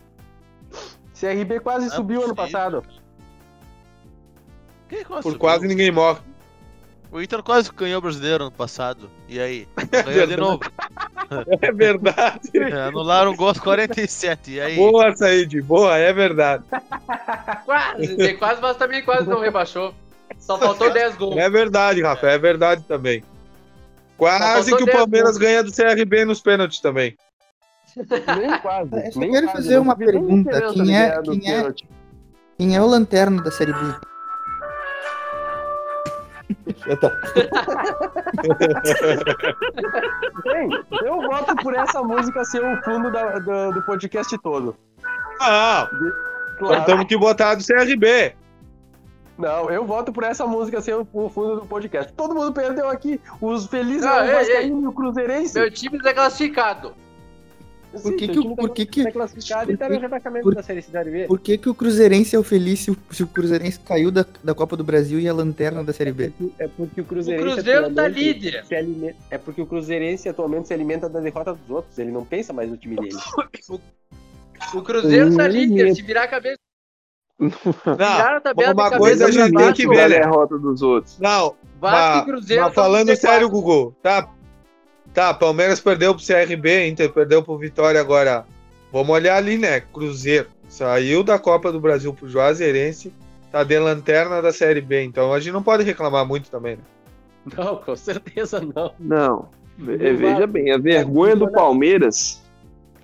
S5: sério. CRB quase
S3: Tá
S12: Não é
S5: subiu ano
S12: possível.
S5: passado.
S3: (laughs)
S12: Quem é que
S6: Por
S12: subiu?
S6: quase ninguém
S8: (laughs)
S6: morre.
S12: O Inter quase ganhou o brasileiro ano passado.
S6: (laughs)
S12: E aí? Ganhou de novo.
S6: É verdade.
S12: É, anularam o gol aos 47. E
S6: (laughs)
S12: aí?
S6: Boa, Said. Boa, é verdade.
S8: (laughs) Quase, de quase, mas também quase não rebaixou. Só faltou
S6: (laughs)
S8: 10 gols.
S6: É verdade, Rafa. É verdade também. Quase
S8: Só faltou
S6: que o
S8: dez
S6: Palmeiras
S8: pontos.
S6: ganha do CRB nos pênaltis também.
S5: Nem quase.
S3: Eu só
S5: nem
S3: quero
S5: quase.
S3: fazer
S5: Não
S3: uma
S5: teve nem
S3: pergunta.
S5: esperança
S3: Quem
S5: de
S3: é-
S5: ganhar do
S3: quem é-
S5: pênalti.
S3: Quem é o lanterna da Série B? Já tá.
S5: Bem, eu voto por essa música ser o fundo da- do, do podcast todo.
S6: Não, nós
S8: Então,
S6: temos que botar do CRB.
S5: Não, eu voto por essa música ser o o fundo do podcast. Todo mundo perdeu aqui. Os felizes,
S8: Ah,
S5: o
S8: ei,
S5: Vascaíno e o Cruzeirense.
S8: Meu time tá classificado.
S5: Sim,
S3: que
S5: seu
S3: que o-
S5: time tá
S3: por que que-
S5: tá classificado e tá
S3: por
S5: no
S3: que-
S5: rebaixamento
S3: por-
S5: da Série C da Série B.
S3: Por que, que o Cruzeirense é o feliz se o, se o Cruzeirense caiu da, da Copa do Brasil e é lanterna da Série B?
S5: É porque o
S8: O
S5: Cruzeirense.
S8: Cruzeiro tá
S5: atualmente
S8: líder.
S5: se alimenta- É porque o Cruzeirense atualmente se alimenta da derrota dos outros. Ele não pensa mais no time
S8: (laughs)
S5: dele.
S8: O Cruzeiro tá líder. Se virar a cabeça,
S6: Não,
S8: virar tá a tabela
S6: Tá, uma
S8: de cabeça
S6: coisa a gente
S8: pra
S6: tem
S8: baixo,
S6: que ver, né?
S7: derrota dos outros.
S6: não.
S8: Vasco e
S6: Mas-
S8: Cruzeiro.
S6: Mas
S8: tão
S6: falando
S8: no C4.
S6: sério, Gugu, tá? Tá, Palmeiras perdeu pro CRB, Inter perdeu pro Vitória agora. Vamos olhar ali, né? Cruzeiro saiu da Copa do Brasil pro Juazeirense, tá de lanterna da Série B, então a gente não pode reclamar muito também, né?
S5: Não, com certeza não.
S7: Não. Ve- Veja bem, a vergonha do Palmeiras.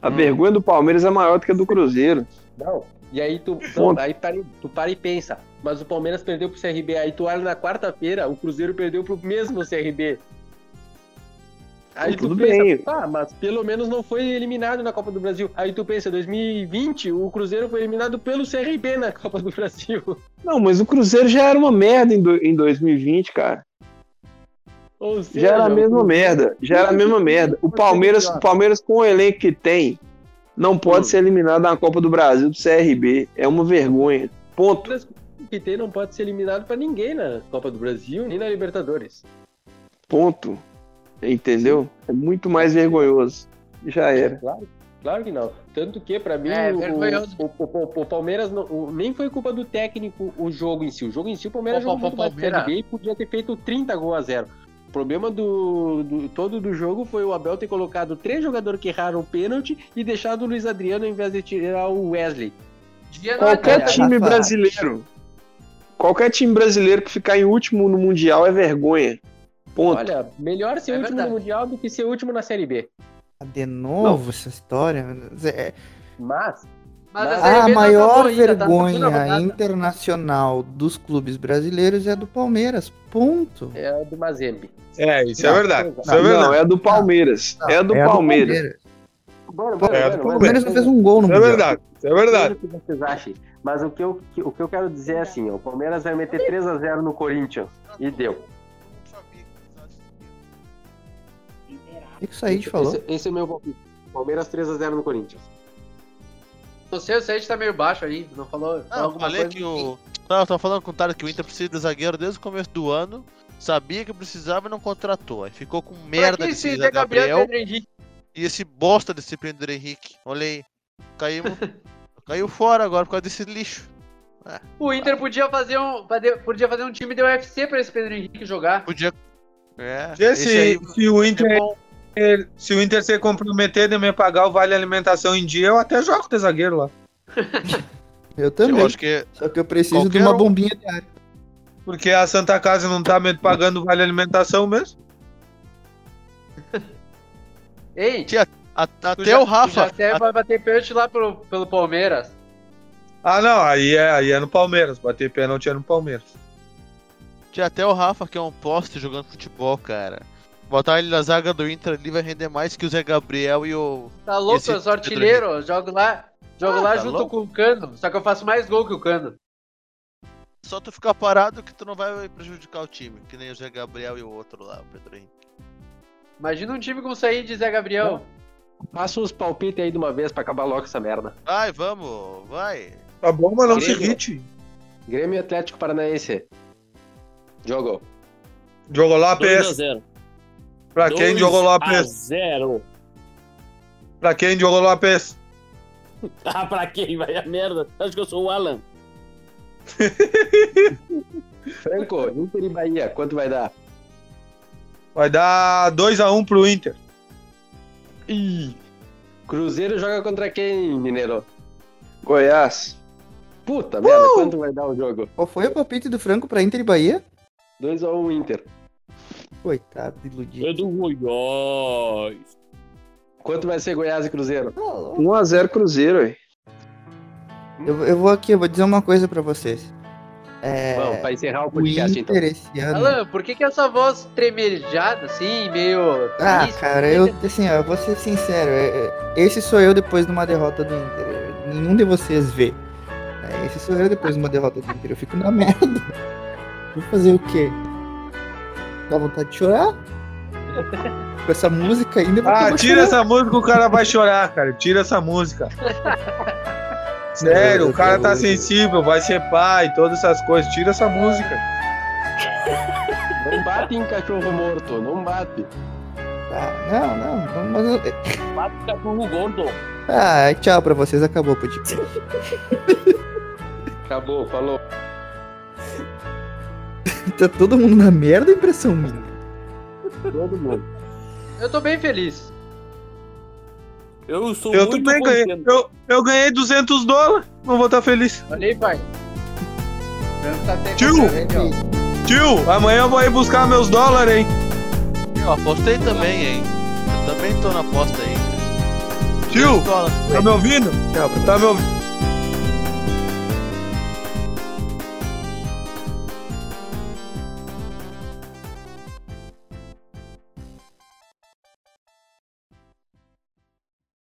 S7: A
S5: Hum.
S7: vergonha do Palmeiras é maior do que a do Cruzeiro.
S5: Não. E aí tu, não, aí para, e- tu para e pensa. Mas o Palmeiras perdeu pro CRB. Aí tu olha na quarta-feira, o Cruzeiro perdeu pro mesmo CRB. Aí tu
S7: Tudo
S5: pensa,
S7: bem.
S5: ah, mas pelo menos não foi eliminado na Copa do Brasil. Aí tu pensa, 2020, o Cruzeiro foi eliminado pelo CRB na Copa do Brasil. (laughs)
S7: Não, mas o Cruzeiro já era uma merda em, do- em 2020, cara.
S5: Ou seja,
S7: Já era a
S5: o
S7: mesma
S5: Cruzeiro-
S7: merda. Já era a mesma merda. O Palmeiras, o Palmeiras com o elenco que tem, não pode
S5: Hum.
S7: ser eliminado na Copa do Brasil do CRB. É uma vergonha. Ponto.
S5: O PT não pode ser eliminado pra ninguém na Copa do Brasil nem na Libertadores.
S7: Ponto. Entendeu? É muito mais vergonhoso. Já era.
S5: Claro que não. Tanto que, pra mim,
S8: É,
S5: o,
S8: vergonhoso.
S5: o, o- o Palmeiras não- o- nem foi culpa do técnico o jogo em si. O jogo em si, o Palmeiras
S8: Pô,
S5: jogou
S8: pô,
S5: muito
S8: pô,
S5: mais que
S8: Palmeiras.
S5: o CRB e podia ter feito 30 gols a zero. O problema do, do- todo do jogo foi o Abel ter colocado três jogadores que erraram o pênalti e deixado o Luiz Adriano em vez de tirar o Wesley.
S8: Dia não
S7: Qualquer
S8: é
S7: time
S3: Rafa.
S7: brasileiro. Qualquer time brasileiro que ficar em último no Mundial é vergonha. Ponto.
S5: Olha, melhor ser
S8: É
S5: último
S8: verdade.
S5: no Mundial do que ser último na Série B.
S3: Ah, De novo essa história? É-
S5: Mas,
S8: Mas a Série
S3: A
S8: B não acabou
S3: Ah, maior
S8: ainda, tá na segunda
S3: vergonha
S8: rodada.
S3: internacional dos clubes brasileiros é a do Palmeiras. Ponto.
S5: é do Mazembe.
S6: É, isso é
S3: Não,
S6: verdade. Isso é
S7: não,
S5: né?
S6: verdade.
S7: é do Palmeiras. é a do
S3: É a
S7: Palmeiras.
S5: Bora,
S3: bora,
S6: É, bora, do
S3: O Palmeiras não fez um gol no
S6: Isso é
S3: Mundial.
S6: verdade. Isso é verdade.
S5: o que vocês achem. Mas o que, eu, que- o que eu quero dizer é assim, ó, o Palmeiras vai meter 3x0 no Corinthians. E deu.
S3: O que que o Said falou?
S5: Esse, esse é o meu palpite. Palmeiras 3x0 no Corinthians.
S8: Não sei, o Sérgio tá meio baixo aí. Não falou. falou
S12: Não,
S8: alguma
S12: falei
S8: coisa.
S12: que o, Não, eu tava falando com o Tarek que o Inter precisa de zagueiro desde o começo do ano. Sabia que precisava e não contratou. Aí ficou com merda de
S8: esse
S12: Zé
S8: Zé Gabriel e
S12: Gabriel
S8: Pedro Henrique?
S12: e esse bosta desse Pedro Henrique. Olha aí. Caímos. Caiu fora agora por causa desse lixo.
S8: O Inter podia fazer um, fazer- podia fazer um time de UFC pra esse Pedro Henrique jogar.
S12: Podia. É.
S6: Se, esse- se o Inter, se o Inter se comprometer de me pagar o vale alimentação em dia, eu até jogo de zagueiro lá.
S3: Eu também.
S12: Eu acho que
S3: Só que eu preciso de
S12: Qualquer
S3: uma
S12: um.
S3: bombinha de área.
S6: Porque a Santa Casa não tá me pagando o vale alimentação mesmo.
S8: Ei, tu
S12: a- até
S8: já-
S12: o
S8: tu já
S12: Rafa.
S8: serve pra bater pênalti lá pro, pelo Palmeiras.
S6: Ah, não, aí é, aí é no Palmeiras. Bater pênalti é no Palmeiras.
S12: Tinha até o Rafa, que é um poste jogando futebol, cara. Botar ele na zaga do Inter ali vai render mais que o Zé Gabriel e o.
S8: Tá louco,
S12: Esse
S8: eu sou artilheiro, eu jogo lá, jogo
S12: Ah,
S8: lá
S12: tá
S8: junto
S12: louco.
S8: com o Cano, só que eu faço mais gol que o Cano.
S12: Só tu ficar parado que tu não vai prejudicar o time, que nem o Zé Gabriel e o outro lá, o Pedro Henrique.
S8: Imagina um time com sair de Zé Gabriel.
S5: Passa uns palpites aí de uma vez pra acabar logo essa merda.
S12: Vai, vamos, vai.
S6: Tá bom, mas não se
S5: Grêmio.
S6: irrite.
S5: Grêmio e Atlético Paranaense. Jogo.
S6: Jogou lá,
S4: 2 a
S6: PS.
S4: 0.
S6: Pra quem
S4: 2
S6: jogou lá,
S4: a um.
S6: PS.
S4: 0.
S6: Pra quem jogou lá, PS.
S4: (laughs) Ah, pra quem? Vai a merda. Acho que eu sou o Alan.
S5: Franco, Inter e Bahia. Quanto vai dar?
S6: Vai dar 2x1 pro Inter.
S5: Cruzeiro joga contra quem, Mineiro?
S7: Goiás. Uh!
S5: Puta merda, quanto vai dar o jogo?
S3: Qual foi o palpite do Franco pra Inter e Bahia?
S5: 2x1 Inter.
S3: Coitado, iludido.
S4: É do Goiás.
S5: Quanto vai ser Goiás e Cruzeiro?
S3: Tá louco.
S7: 1x0 Cruzeiro, hein?
S3: Eu, eu vou aqui, eu vou dizer uma coisa pra vocês. É,
S5: Vamos, pra encerrar o
S3: o
S5: podcast então.
S3: Inter esse ano.
S8: Alan, por que, que essa voz tremejada, assim, meio.
S3: Ah,
S8: triste?
S3: cara, eu assim, ó, eu vou ser sincero, é- é- esse sou eu depois de uma derrota do Inter. é, Nenhum de vocês vê. É, esse sou eu depois de uma derrota do Inter. Eu fico na (laughs) merda. Vou fazer o quê? Dá vontade de
S5: (laughs)
S3: chorar? Com essa música ainda eu vou
S6: Ah,
S3: acabar
S6: tira
S3: chorando.
S6: essa música, o cara vai chorar, cara. Tira essa música. Sério, o cara tá sensível, vai ser pai, todas essas coisas. Tira essa música.
S5: Não bate em cachorro morto, não bate.
S3: Ah, não, não. vamos- Mas eu-
S4: Bate cachorro gordo.
S3: Ah, tchau pra vocês, acabou o podcast. (laughs)
S5: Acabou, falou.
S3: Tá todo mundo na merda, impressão minha.
S5: Todo mundo.
S8: Eu tô bem feliz.
S4: Eu sou
S6: Eu
S4: muito
S6: também ganhei.
S4: contente.
S6: Eu, eu ganhei 200 dólares. Não vou estar feliz.
S8: Olha aí, pai. Vamos tá sem
S6: Tio!
S8: concorrente, ó.
S6: Tio, amanhã eu vou ir buscar meus dólares, hein?
S12: Eu apostei também, hein? Eu também tô na aposta aí.
S6: Tio,
S12: Pistola.
S6: tá me ouvindo?
S3: Tchau pra
S6: Tá me ouvindo?